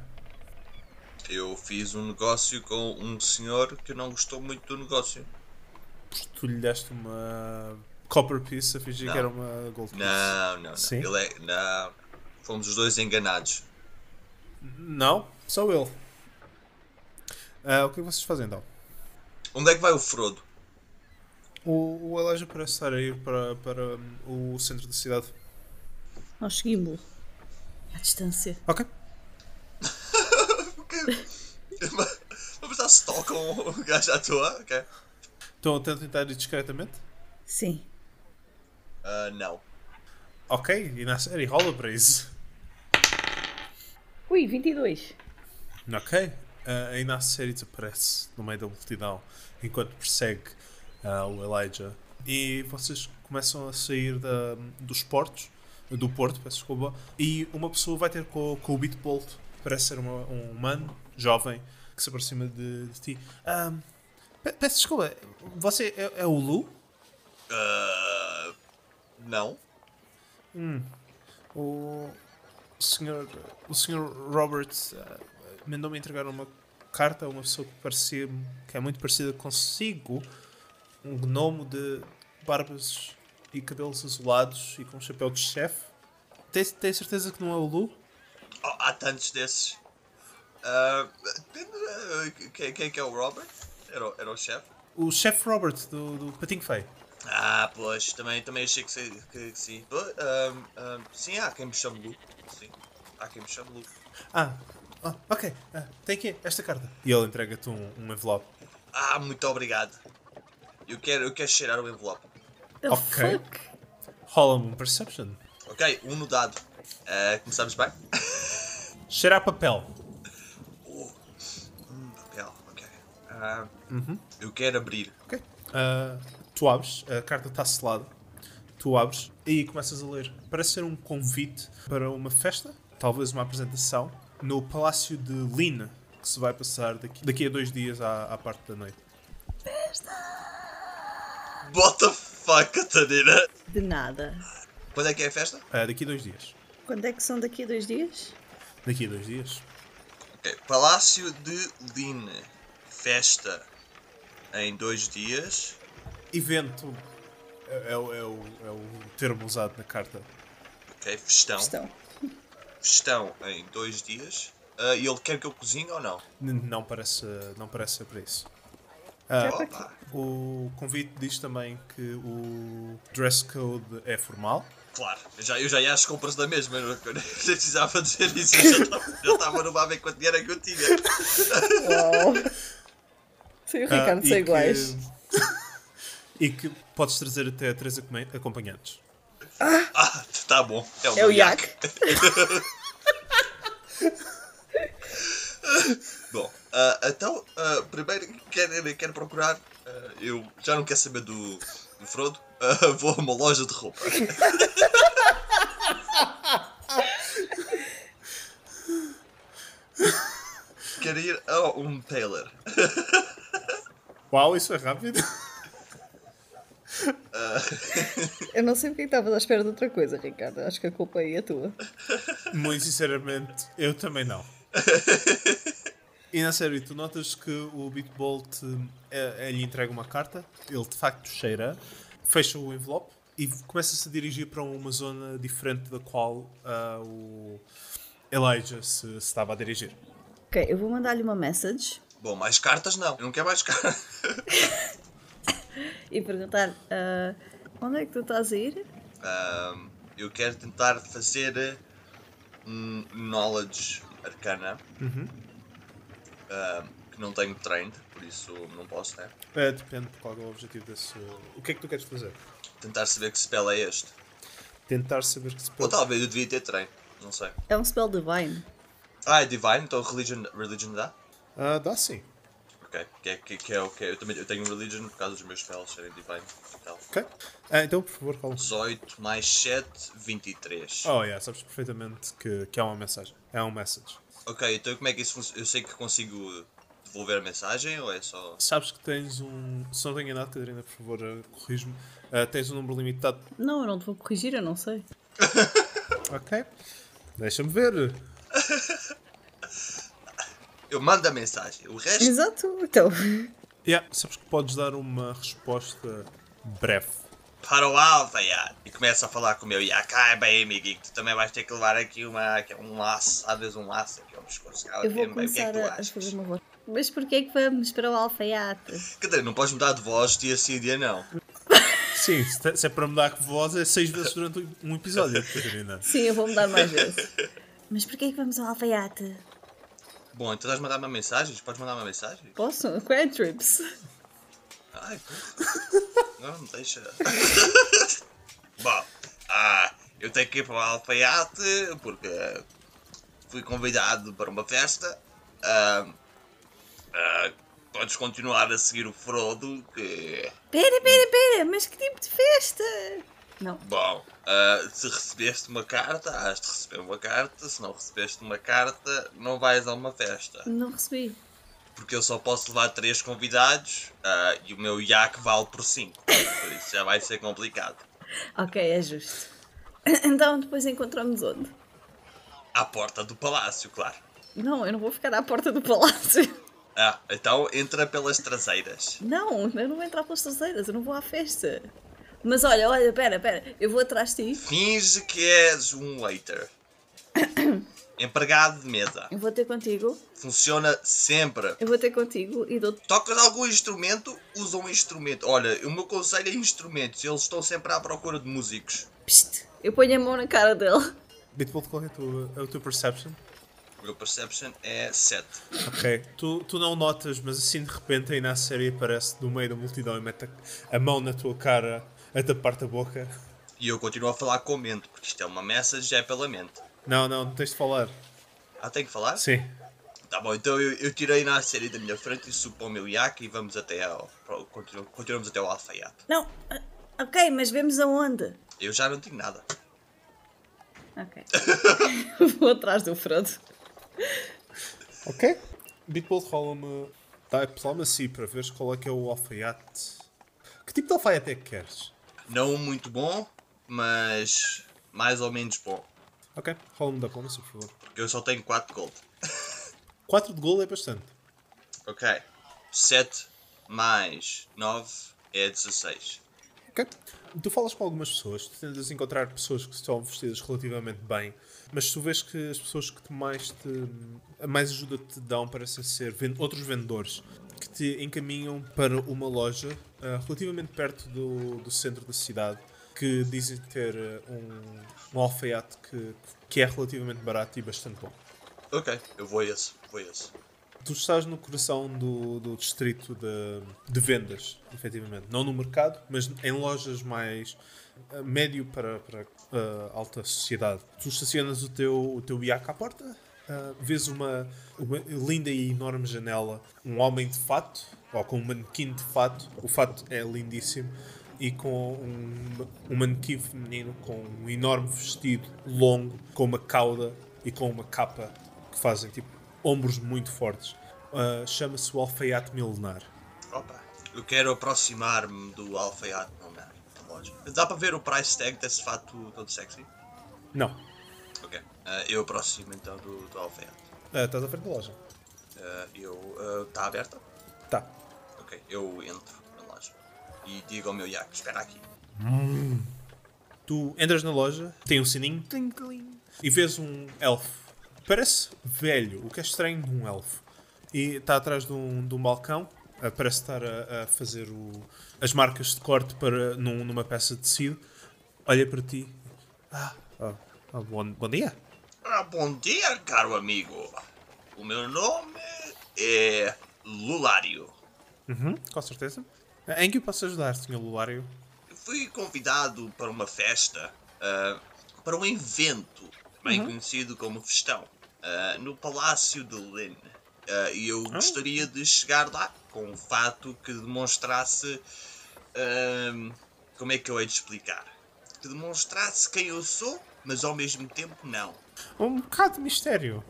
S5: Eu fiz um negócio com um senhor que não gostou muito do negócio.
S3: Tu lhe deste uma copper piece a fingir
S5: Não.
S3: que era uma gold piece.
S5: Não, não, não.
S3: Sim.
S5: Ele é. Não. Fomos os dois enganados.
S3: Não, só ele. Ah, o que é que vocês fazem então?
S5: Onde é que vai o Frodo?
S3: O, o Elijah parece estar a ir para, para hum, o centro da cidade.
S7: Nós seguimos-lo. À distância.
S3: Ok.
S5: Vamos dar stalk a um gajo à toa? Ok.
S3: Estão a tentar ir discretamente?
S7: Sim.
S5: Ah, não.
S3: Ok, e na série rola para isso.
S6: Ui, 22.
S3: Ok. Ah, e na série desaparece no meio da multidão enquanto persegue ah, o Elijah. E vocês começam a sair da- dos portos, do porto, peço desculpa, e uma pessoa vai ter com, com o Bitbolt. Parece ser uma- um humano jovem que se aproxima de, de ti. Ah, pe- peço desculpa, você é, é o Lu?
S5: Ah, não.
S3: O senhor, o senhor Robert eh, mandou-me entregar uma carta a uma pessoa que parecia que é muito parecida consigo, um gnomo de barbas e cabelos azulados e com um chapéu de chefe. Tem, tem certeza que não é o Lu?
S5: Oh, há tantos desses. Ah, depende, ah, quem, quem é que é o Robert? Era, o- era o chefe?
S3: O chefe Robert do, do Patinho Feio.
S5: Ah, pois, também, também achei que, sei- que- que sim. But, ahm, ahm, sim, há quem me chame Luke. Sim, há quem me chame Luke.
S3: Ah, ah, ok, ah, tem aqui esta carta. E ele entrega-te um, um envelope.
S5: Ah, muito obrigado. Eu quero, eu quero cheirar o envelope.
S3: ok. Rola-me um Perception.
S5: Ok, um no dado. Ah, começamos bem?
S3: Cheira a papel.
S5: Hum, papel, ok. Ah, Eu quero abrir.
S3: Ok. Ah, tu abres, a carta está selada. Tu abres e começas a ler. Parece ser um convite para uma festa, talvez uma apresentação, no Palácio de Lina, que se vai passar daqui, daqui a dois dias à, à parte da noite.
S5: What the fuck, Catarina?
S7: De nada.
S5: Quando é que é a festa?
S3: Ah, daqui a dois dias.
S7: Quando é que são daqui a dois dias?
S3: Daqui a dois dias.
S5: Ok, Palácio de Line. Festa em dois dias.
S3: Evento é, é o- é o, é o termo usado na carta.
S5: Ok, festão.
S6: Estão.
S5: Festão em dois dias. Ah, e ele quer que eu cozinhe ou não?
S3: N- não, parece, não parece ser para isso.
S5: Opa,
S3: O convite diz também que o dress code é formal.
S5: claro. Eu já, eu já ia às compras da mesma. Eu não eu nem precisava dizer isso. Eu já tava- já estava no bar a ver quanto dinheiro é que eu tinha.
S6: Uau. Sei Oh. o
S3: Ah,
S6: Ricardo
S3: e
S6: são
S3: que-
S6: iguais.
S3: e que podes trazer até três acome- acompanhantes.
S5: Ah, tá bom. É o,
S6: É o
S5: meu iaco.
S6: Iac.
S5: Bom, ah, então, ah, primeiro quero, quero procurar. ah, eu já não quero saber do, do Frodo. ah, vou a uma loja de roupa. quero ir a um tailor.
S3: Uau, isso é rápido.
S6: Eu não sei porque estavas à espera de outra coisa, Ricardo. Acho que a culpa aí é tua.
S3: Muito sinceramente, eu também não. E na série, tu notas que o Bitbolt eh, eh, lhe entrega uma carta, ele de facto cheira, fecha o envelope e começa-se a dirigir para uma zona diferente da qual ah, o Elijah se, se estava a dirigir.
S7: Ok, eu vou mandar-lhe uma message
S5: Bom, mais cartas não. Eu não quero mais cartas.
S7: e perguntar ah, onde é que tu estás a ir?
S5: Ahm, Ah, eu quero tentar fazer eh, um knowledge arcana. Ahm, que não tenho treino, por isso não posso, né?
S3: Eh, depende de qual é o objetivo desse. O que é que tu queres fazer?
S5: Tentar saber que spell é este.
S3: Tentar saber que se
S5: Ou
S3: pode.
S5: talvez eu devia ter treino, não sei.
S7: É um spell divine.
S5: Ah, é Divine, então Religion, religion dá?
S3: Ah, dá sim.
S5: Ok, Ok. Que é, que, que é ok. Eu também eu tenho religion por causa dos meus spells serem divine. Então,
S3: Ok. Ah, então, por favor, rola.
S5: 18 mais 7, 23.
S6: Ah.
S3: Oh, yeah, sabes perfeitamente que, que é uma mensagem. É um message.
S5: Ok, então como é que isso funciona? Eu sei que consigo devolver a mensagem ou é só.
S3: Sabes que tens um. Se não tenho enganado, Catarina, por favor, eh, corrijo-me. Ah, tens um número limitado.
S7: Não, eu não te vou corrigir, eu não sei.
S3: Ok. Deixa-me ver.
S5: Eu mando a mensagem. O resto.
S6: Exato, então.
S3: Yeah, sabes que podes dar uma resposta breve.
S5: para o Alfa, Iá. E começa a falar com o meu Iá. Cai bem, amiguinho, tu também vais ter que levar aqui uma, um laço, às vezes um laço aqui ao pescoço. Cara,
S6: Eu vou
S5: bem, o que
S6: começar
S5: é que tu
S6: a- a
S5: achas?
S6: fazer uma voz.
S7: Mas porquê é que vamos para o alfaiate?
S5: Quer dizer, não podes mudar de voz dia sim, dia não.
S3: Sim, se te- se é para mudar de voz, é seis vezes durante um episódio, Catarina.
S6: Sim, eu vou mudar mais vezes.
S7: Mas porquê é que vamos ao alfaiate?
S5: Bom, então vais mandar-me mensagens? Podes mandar uma mensagem?
S6: Posso? Qual é a trips?
S5: Ai, não, não deixa. Bom, ah, eu tenho que ir para o Alfaiate porque fui convidado para uma festa. Ah, ah, podes continuar a seguir o Frodo, que
S7: Pera, pera, pera, mas que tipo de festa? Não,
S5: Bom, ah, se recebeste uma carta, has de receber uma carta. Se não recebeste uma carta, não vais a uma festa.
S7: não recebi.
S5: Porque eu só posso levar três convidados ah, e o meu iac vale por cinco. Por isso já vai ser complicado.
S7: Ok, é justo. Então depois encontramos onde?
S5: À porta do palácio, claro.
S7: Não, eu não vou ficar à porta do palácio.
S5: Ah, então entra pelas traseiras.
S7: Não, eu não vou entrar pelas traseiras, eu não vou à festa. Mas olha, olha, pera, pera, eu vou atrás de ti,
S5: Finge que és um waiter. Empregado de mesa.
S7: eu vou ter contigo,
S5: Funciona sempre.
S7: eu vou ter contigo e dou-te.
S5: Tocas algum instrumento, usa um instrumento. Olha, o meu conselho é instrumentos. Eles estão sempre à procura de músicos.
S7: Psst, eu ponho a mão na cara dele.
S3: Bitbolt, qual é a tua, a tua perception?
S5: O meu perception é 7.
S3: Ok. Tu, tu não notas, mas assim de repente a série aparece do meio da multidão e mete a, a mão na tua cara, a tapar-te a boca.
S5: E eu continuo a falar com a mente, porque isto é uma message, já é pela mente.
S3: Não, não, não tens de falar.
S5: Ah, tem que falar?
S3: Sim.
S5: Tá bom, então eu, eu tirei na série da minha frente e subo para o meu iac e vamos até ao. pro- continu- continuamos até ao alfaiate.
S7: Não, ah, ok, mas vemos aonde?
S5: Eu já não tenho nada.
S7: Ok.
S6: Vou atrás do Frodo.
S3: Ok. Bitbolt rola-me Diplomacy para ver qual é que é o alfaiate. Que tipo de alfaiate é que queres?
S5: Não muito bom, mas mais ou menos bom.
S3: Ok, rola-me Diplomacy, por favor.
S5: Porque eu só tenho 4 gold.
S3: 4 de golo é bastante.
S5: Ok. 7 mais 9 é 16.
S3: Ok. Tu falas com algumas pessoas, tu tentas encontrar pessoas que estão vestidas relativamente bem, mas tu vês que as pessoas que te mais te a mais ajuda te dão parecem ser ven- outros vendedores que te encaminham para uma loja ah, relativamente perto do, do centro da cidade que dizem ter ah, um, um alfaiate que, que é relativamente barato e bastante bom.
S5: Ok, eu vou a esse, vou a esse.
S3: Tu estás no coração do, do distrito de, de vendas, efetivamente. Não no mercado, mas em lojas mais eh, médio para, para eh, alta sociedade. Tu estacionas o teu, o teu iaco à porta, eh, vês uma, uma linda e enorme janela, um homem de fato, ou com um manequim de fato, o fato é lindíssimo, e com um, um manequim feminino com um enorme vestido longo, com uma cauda e com uma capa que fazem tipo ombros muito fortes. Ah, Chama-se o alfaiate milenar.
S5: Opa, eu quero aproximar-me do alfaiate, não é? Da loja. Dá para ver o price tag desse fato todo sexy?
S3: Não.
S5: Ok. Ah, eu aproximo então do, do alfaiate.
S3: Ah, estás à frente da loja.
S5: Ah, eu. Está aberta?
S3: Tá.
S5: Ok, eu entro na loja. E digo ao meu Iac, espera aqui.
S3: Tu entras na loja, tem um sininho tling, tling, e vês um elfo. Parece velho, o que é estranho de um elfo. E está atrás de um, de um balcão, ah, parece estar a, a fazer o- as marcas de corte para, num- numa peça de tecido. Olha para ti. Ah, ah, ah, bom, bom dia.
S5: Ah, bom dia, caro amigo. O meu nome é Lulário.
S3: Uhum, com certeza. Ah, Em que eu posso ajudar, Sr. Lulário?
S5: fui convidado para uma festa, ah, para um evento bem conhecido como Festão, ah, no Palácio de Lynn. Ah, E eu gostaria de chegar lá com um fato que demonstrasse. ahm, como é que eu hei de explicar? Que demonstrasse quem eu sou, mas ao mesmo tempo não.
S3: Um bocado de mistério.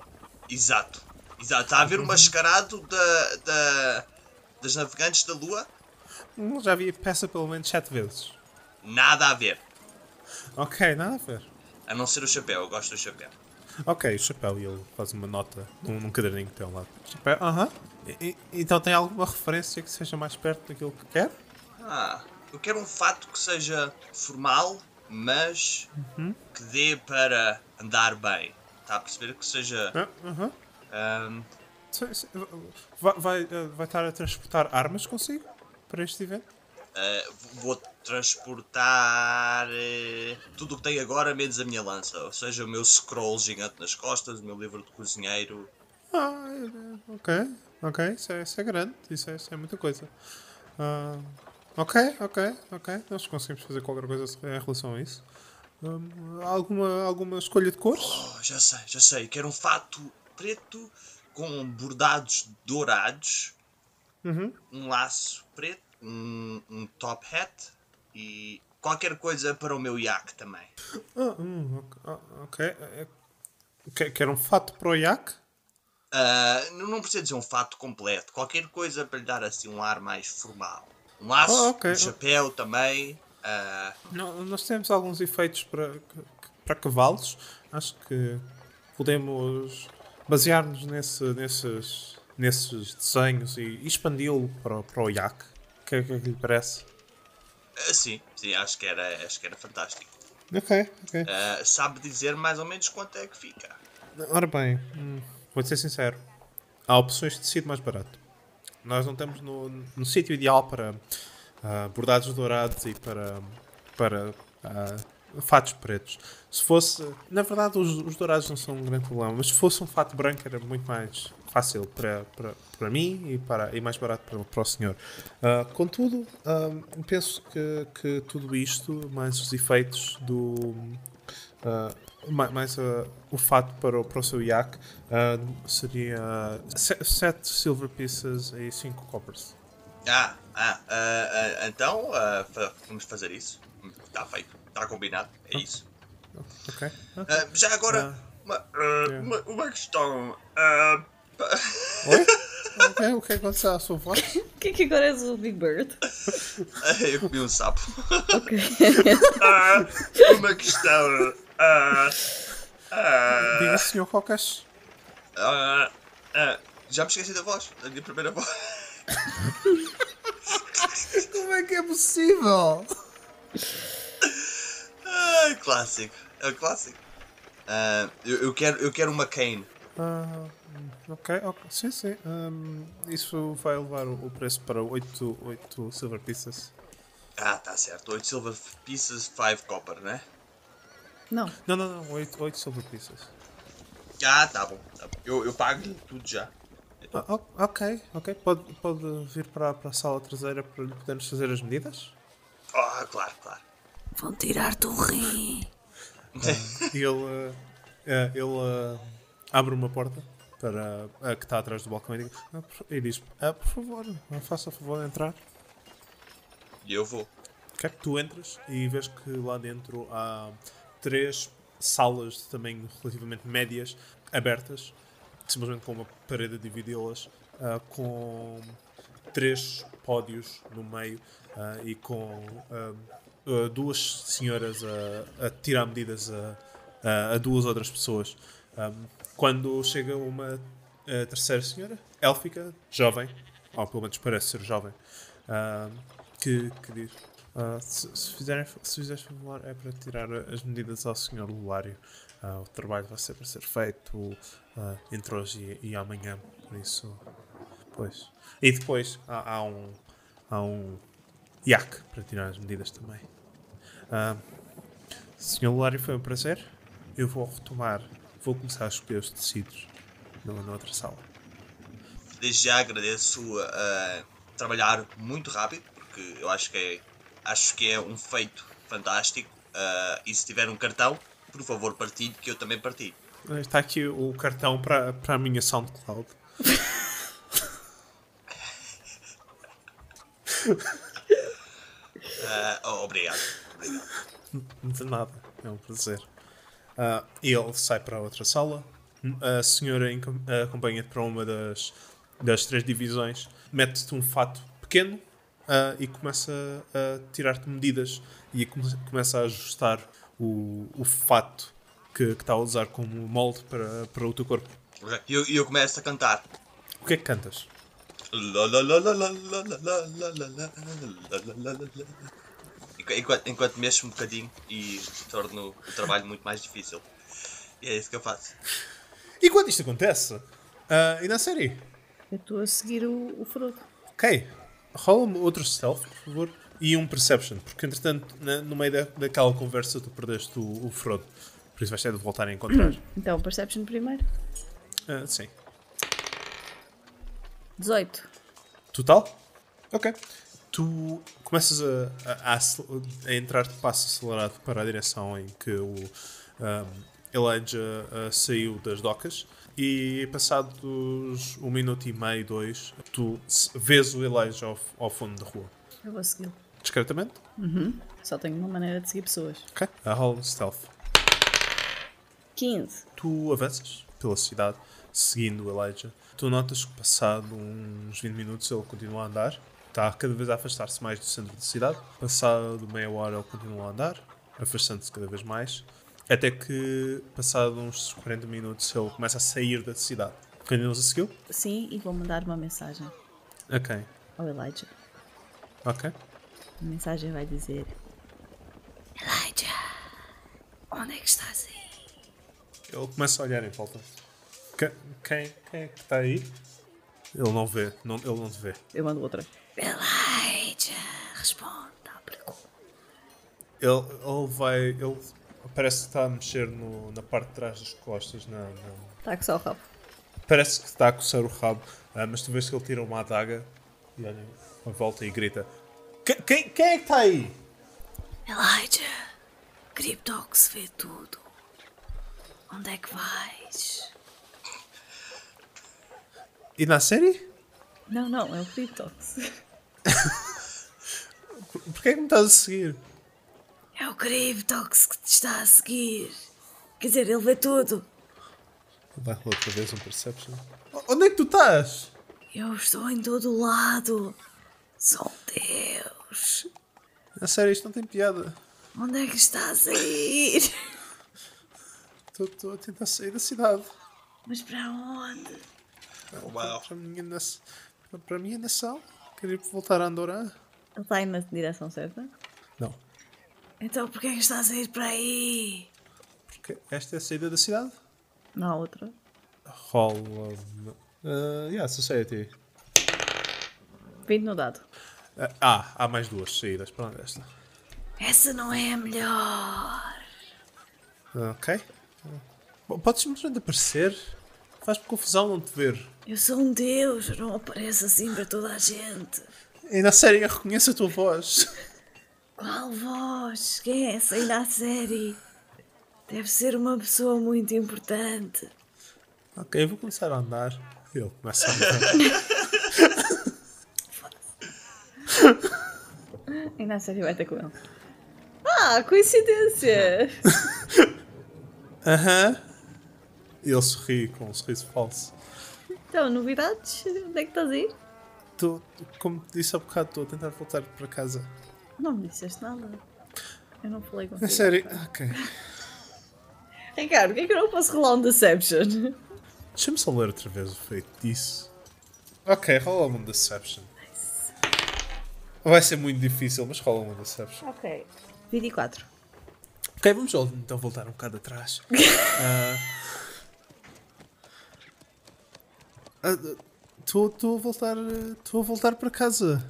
S5: Exato. Exato. Está a haver um mascarado da, da, das navegantes da lua?
S3: Hum, Já vi peça pelo menos sete vezes.
S5: Nada a ver.
S3: Ok, nada a ver.
S5: A não ser o chapéu. Eu gosto do chapéu.
S3: Ok, o chapéu e ele faz uma nota num, num caderninho que tem ao lado. Chapéu, aham. E- e- Então tem alguma referência que seja mais perto daquilo que quer?
S5: Ah, eu quero um fato que seja formal, mas que dê para andar bem. Está a perceber que seja.
S3: Ah, Aham.
S5: ahm,
S3: Se- se- Vai, vai, eh, vai estar a transportar armas consigo para este evento?
S5: ah, vou transportar eh, tudo o que tenho agora, menos a minha lança. Ou seja, o meu scroll gigante nas costas, o meu livro de cozinheiro.
S3: Ah, eh, ok, ok, isso é, isso é grande, isso é, isso é muita coisa. Ah, ok, ok, ok, nós conseguimos fazer qualquer coisa em relação a isso. Hum, alguma, alguma escolha de cores?
S5: Oh, já sei, já sei. Quero um fato preto com bordados dourados,
S3: Uhum.
S5: um laço preto, um, um top hat e qualquer coisa para o meu iac também.
S3: Ah, hum, ok, ah, ok. eh, que- Quer um fato para o iac?
S5: Ah, não, não precisa dizer um fato completo, qualquer coisa para lhe dar assim um ar mais formal. Um laço,
S3: Ah, ok.
S5: um chapéu também. ah,
S3: No- Nós temos alguns efeitos para, para cavalos. Acho que podemos basear-nos nesse, nesses, nesses desenhos e expandi-lo para, o- para o IAC. O que é que lhe parece?
S5: ah, sim, sim, acho que era, acho que era fantástico.
S3: Ok, ok.
S5: Ah, sabe dizer mais ou menos quanto é que fica?
S3: Ora bem, hum, vou ser sincero. Há opções de sítio mais barato. Nós não estamos no, no sítio ideal para ah, bordados dourados e para, para ah, fatos pretos. Se fosse. Na verdade, os, os dourados não são um grande problema, mas se fosse um fato branco era muito mais fácil para, para, para mim e, para, e mais barato para, para o senhor. Ah, contudo, ah, penso que, que tudo isto, mais os efeitos do, ah, ma- mais ah, o fato para o, para o seu IAC ah, seria 7 silver pieces e 5 coppers.
S5: Ah, ah, ah, ah, então ah, fa- vamos fazer isso. Está feito, está combinado, é isso.
S3: Ok? Ah,
S5: Ah, já agora, uma, ah,
S3: é.
S5: uma, uma questão. ah,
S3: Oi? ok, o que é que aconteceu à sua voz?
S7: O que é que agora és o Big Bird?
S5: eu comi um sapo. Ah, uma questão. ah,
S3: Diga, senhor Cocas.
S5: Ah, ah, já me esqueci da voz, da minha primeira voz.
S3: Como é que é possível?
S5: Ai, clássico, Ah, é o clássico. Ah, eu, eu quero, eu quero uma cane.
S3: Ah, ok, ok, sim, sim. Ahm, isso vai elevar o, o preço para 8, silver pieces.
S5: Ah, tá certo, 8 silver pieces, 5 copper, né?
S7: Não.
S3: Não, não, não, 8, 8 silver pieces.
S5: Ah, tá bom, tá bom. Eu, eu pago tudo já.
S3: Ah, o- ok, ok. Pode, pode vir para, para a sala traseira para lhe podermos fazer as medidas?
S5: Ah, claro, claro.
S7: Vão tirar-te um rim.
S3: E ele, eh, eh, ele eh, abre uma porta para a que está atrás do balcão e, diga, "Ah, por- e diz: "Ah, Por favor, faça o favor de entrar.
S5: E eu vou.
S3: Ok, é Tu entras e vês que lá dentro há três salas de tamanho relativamente médias, abertas, simplesmente com uma parede a dividi-las, ah, com três pódios no meio ah, e com ah, ah, duas senhoras a, a tirar medidas a, a- a duas outras pessoas. Ah, quando chega uma ah, terceira senhora, élfica, jovem, ou pelo menos parece ser jovem, ah, que, que diz: ah, se, se, fizerem, se fizeres favor, é para tirar as medidas ao senhor Lulário. Ah, o trabalho vai ser para ser feito ah, entre hoje e, e amanhã, por isso. Pois. E depois há, há um. Há um. IAC para tirar as medidas também. Ah, senhor Lulário, foi um prazer. Eu vou retomar. Vou começar a escolher os tecidos numa noutra sala.
S5: Desde já agradeço a trabalhar muito rápido, porque eu acho que é, acho que é um feito fantástico. Ah, e se tiver um cartão, por favor partilhe, que eu também partilho.
S3: Está aqui o cartão para, para a minha SoundCloud.
S5: Ah, oh, obrigado.
S3: De nada, é um prazer. Ah, e ele sai para outra sala. A senhora encom- acompanha-te para uma das, das três divisões, mete-te um fato pequeno ah, e começa a tirar-te medidas e come- começa a ajustar o, o fato que, que está a usar como molde para, para o teu corpo.
S5: E eu, e eu começo a cantar.
S3: O que é que cantas?
S5: Lá, lá, lá, lá, lá, lá, lá, lá, lá, lá, lá, lá, lá, lá, lá, lá. Enqu- Enquanto, enquanto mexo um bocadinho e torno o trabalho muito mais difícil. E é isso que eu faço.
S3: E quando isto acontece, ah, e na série?
S7: Eu estou a seguir o, o Frodo.
S3: Ok. Rola-me outro stealth, por favor. E um perception, porque entretanto, na- no meio da, daquela conversa, tu perdeste o, o Frodo. Por isso vais ter de voltar a encontrar.
S7: Então, Perception primeiro.
S3: Ah, sim.
S7: 18.
S3: Total? Ok. Tu começas a, a- a acel- a entrar de passo acelerado para a direção em que o um, Elijah ah, saiu das docas e passados um minuto e meio, dois, tu se- vês o Elijah ao, f- ao fundo da rua.
S7: Eu vou segui-lo.
S3: Discretamente?
S7: Uhum. Só tenho uma maneira de seguir pessoas.
S3: Ok. A roll stealth.
S7: 15.
S3: Tu avanças pela cidade, seguindo o Elijah. Tu notas que passado uns 20 minutos ele continua a andar. Está cada vez a afastar-se mais do centro da cidade. Passado meia hora ele continua a andar, afastando-se cada vez mais. Até que, passado uns 40 minutos, ele começa a sair da cidade. Continuas a segui-lo?
S7: Sim, e vou mandar uma mensagem
S3: Ok.
S7: ao Elijah.
S3: Ok.
S7: A mensagem vai dizer:
S4: Onde é que estás aí?
S3: Ele começa a olhar em volta. Que- Quem, quem é que está aí? Ele não vê. Não, ele não te vê.
S7: Eu mando outra.
S4: Elijah, responde à pergunta.
S3: Ele, ele vai. Ele parece que está a mexer no- na parte de trás das costas. Na, na-
S6: Tá com só o rabo.
S3: Parece que está a coçar o rabo, ah, mas tu vês que ele tira uma adaga e olha à volta e grita: "Que- quem, quem é que está aí?
S4: Elijah, Cryptox vê tudo. Onde é que vais?
S3: E na série?
S7: Não, não, é o Cryptox.
S3: Por- Porquê é que me estás a seguir?
S4: É o Cryptox que te está a seguir. Quer dizer, ele vê tudo.
S3: Vai rolar outra vez um Perception. O- Onde é que tu estás?
S4: Eu estou em todo lado. Sou um Deus.
S3: Na série isto não tem piada.
S4: Onde é que estás a ir?
S3: Estou- Estou a tentar sair da cidade.
S4: Mas para onde?
S5: Uau.
S3: Para a minha nação. Para a minha nação. Queria voltar a Andorra?
S7: Ele está indo na direção certa?
S3: Não.
S4: Então porquê é que estás a ir para aí?
S3: Porque esta é a saída da cidade.
S7: Não há outra.
S3: Rola. Uh, yeah, Society.
S7: 20 no dado.
S3: Ah, ah, há mais duas saídas. Pronto, esta.
S4: Essa não é a melhor.
S3: Ah, Ok. Bom, Podes simplesmente aparecer. Faz-me confusão não te ver.
S4: Eu sou um Deus, eu não apareço assim para toda a gente.
S3: E na série eu reconheço a tua voz.
S4: Qual voz? Quem é essa aí na série? Deve ser uma pessoa muito importante.
S3: ok, eu vou começar a andar. Ele começa a andar.
S7: E na série vai ter com ele.
S6: Ah, coincidência!
S3: Aham. Ele sorri com um sorriso falso.
S7: Então, novidades? Onde é que estás a ir?
S3: Tô, como te disse há bocado, estou a tentar voltar para casa.
S7: Não me disseste nada. Eu não falei
S3: Na
S7: contigo.
S3: série. Ok.
S6: Ricardo, porquê é que eu não posso rolar um Deception?
S3: Deixa-me só ler outra vez o feitiço. Ok, rola um Deception. Vai ser muito difícil, mas rola um Deception.
S7: Ok. 24.
S3: Ok, vamos vol- então voltar um bocado atrás. Ah, ah, Estou a voltar. Estou a voltar para casa.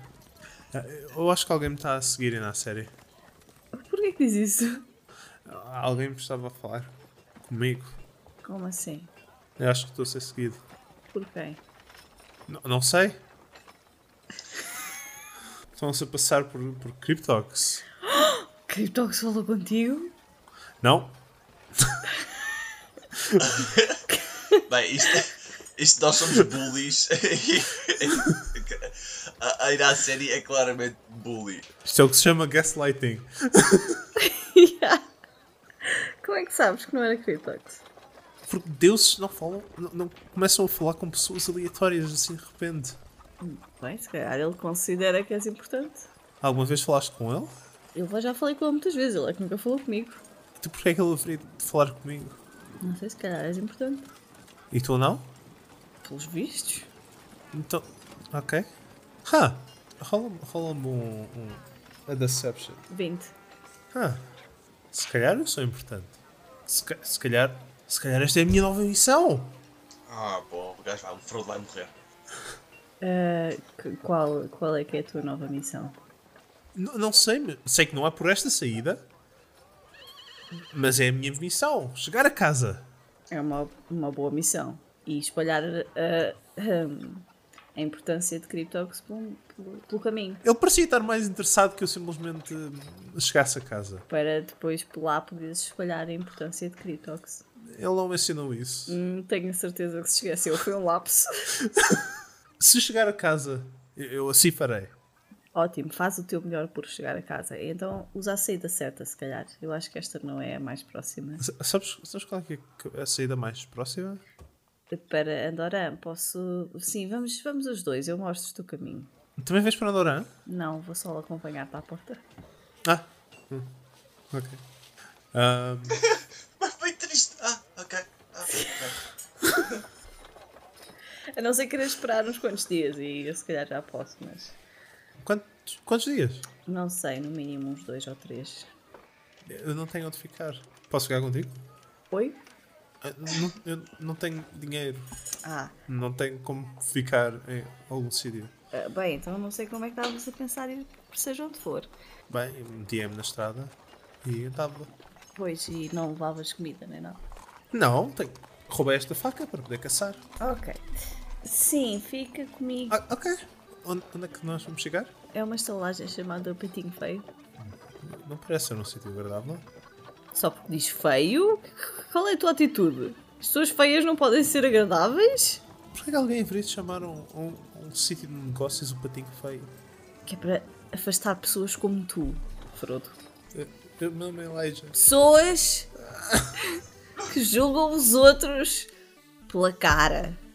S3: Ah, eu acho que alguém me está a seguir na série.
S7: Porquê que diz isso?
S3: Ah, Alguém me estava a falar comigo.
S7: Como assim?
S3: Eu acho que estou a ser seguido.
S7: Por quem?
S3: N- não sei. Estão-se a passar por, por Cryptox.
S7: Cryptox falou contigo?
S3: Não?
S5: então. Bem, isto, Isto nós somos bullies. a, a ir à série é claramente bully.
S3: Isto é o que se chama gaslighting.
S6: Como é que sabes que não era Critox?
S3: Porque deuses não falam, não, não começam a falar com pessoas aleatórias assim de repente.
S7: Bem, se calhar ele considera que és importante.
S3: Alguma vez falaste com ele?
S7: Eu já falei com ele muitas vezes, ele é que nunca falou comigo.
S3: Tu porquê é que ele haveria de falar comigo?
S7: Não sei, se calhar és importante.
S3: E tu não?
S7: Pelos vistos.
S3: Então. Ok. Huh. Rola- Rola-me um, um. A deception.
S7: 20.
S3: Ah, se calhar eu sou importante. Se, ca- se calhar. Se calhar esta é a minha nova missão.
S5: Ah, bom, o gajo vai, o Frodo vai morrer.
S7: Ah, que- qual, qual é que é a tua nova missão?
S3: N- não sei, mas sei que não é por esta saída. Mas é a minha missão. Chegar a casa.
S7: É uma, uma boa missão. E espalhar ah, hum, a importância de Cryptox pelo, pelo- pelo caminho.
S3: Ele parecia estar mais interessado que eu simplesmente hum, chegasse a casa.
S7: Para depois por lá poderes espalhar a importância de Cryptox.
S3: Ele não mencionou isso.
S7: Hum, tenho certeza que se chegasse eu foi um lapso.
S3: Se chegar a casa, eu, eu assim farei.
S7: Ótimo, faz o teu melhor por chegar a casa. Então usa a saída certa, se calhar. Eu acho que esta não é a mais próxima.
S3: S- Sabes, sabes qual é que é a saída mais próxima?
S7: Para Andorã, posso. Sim, vamos, vamos os dois, eu mostro-te o caminho.
S3: Também vais para Andorã?
S7: Não, vou só acompanhar-te à porta.
S3: Ah. hum, Ok. Hum, Ahm,
S5: Mas bem triste. Ah, ok. Ah, ok.
S7: A não ser querer esperar uns quantos dias e eu se calhar já posso, mas.
S3: quantos- quantos dias?
S7: Não sei, no mínimo uns dois ou três.
S3: Eu não tenho onde ficar. Posso ficar contigo?
S7: Oi?
S3: Eu não, eu não tenho dinheiro.
S7: Ah,
S3: Não tenho como ficar em algum sítio.
S7: ah, bem, então não sei como é que estavas a pensar ir, seja onde for.
S3: Bem, eu metia-me na estrada e andava.
S7: Pois, e não levavas comida, nem nada.
S3: Não, tenho. Roubei esta faca para poder caçar.
S7: Ok. Sim, fica comigo.
S3: Ah, ok. Onde, onde é que nós vamos chegar?
S7: É uma estalagem chamada O Pintinho Feio.
S3: Não parece ser um sítio agradável.
S7: Só porque diz feio? Qual é a tua atitude? As pessoas feias não podem ser agradáveis?
S3: Por que alguém haveria de chamar um, um, um sítio de negócios o patinho feio?
S7: Que é para afastar pessoas como tu, Frodo.
S3: Eu- eu- Meu nome é Elijah.
S7: Pessoas que julgam os outros pela cara.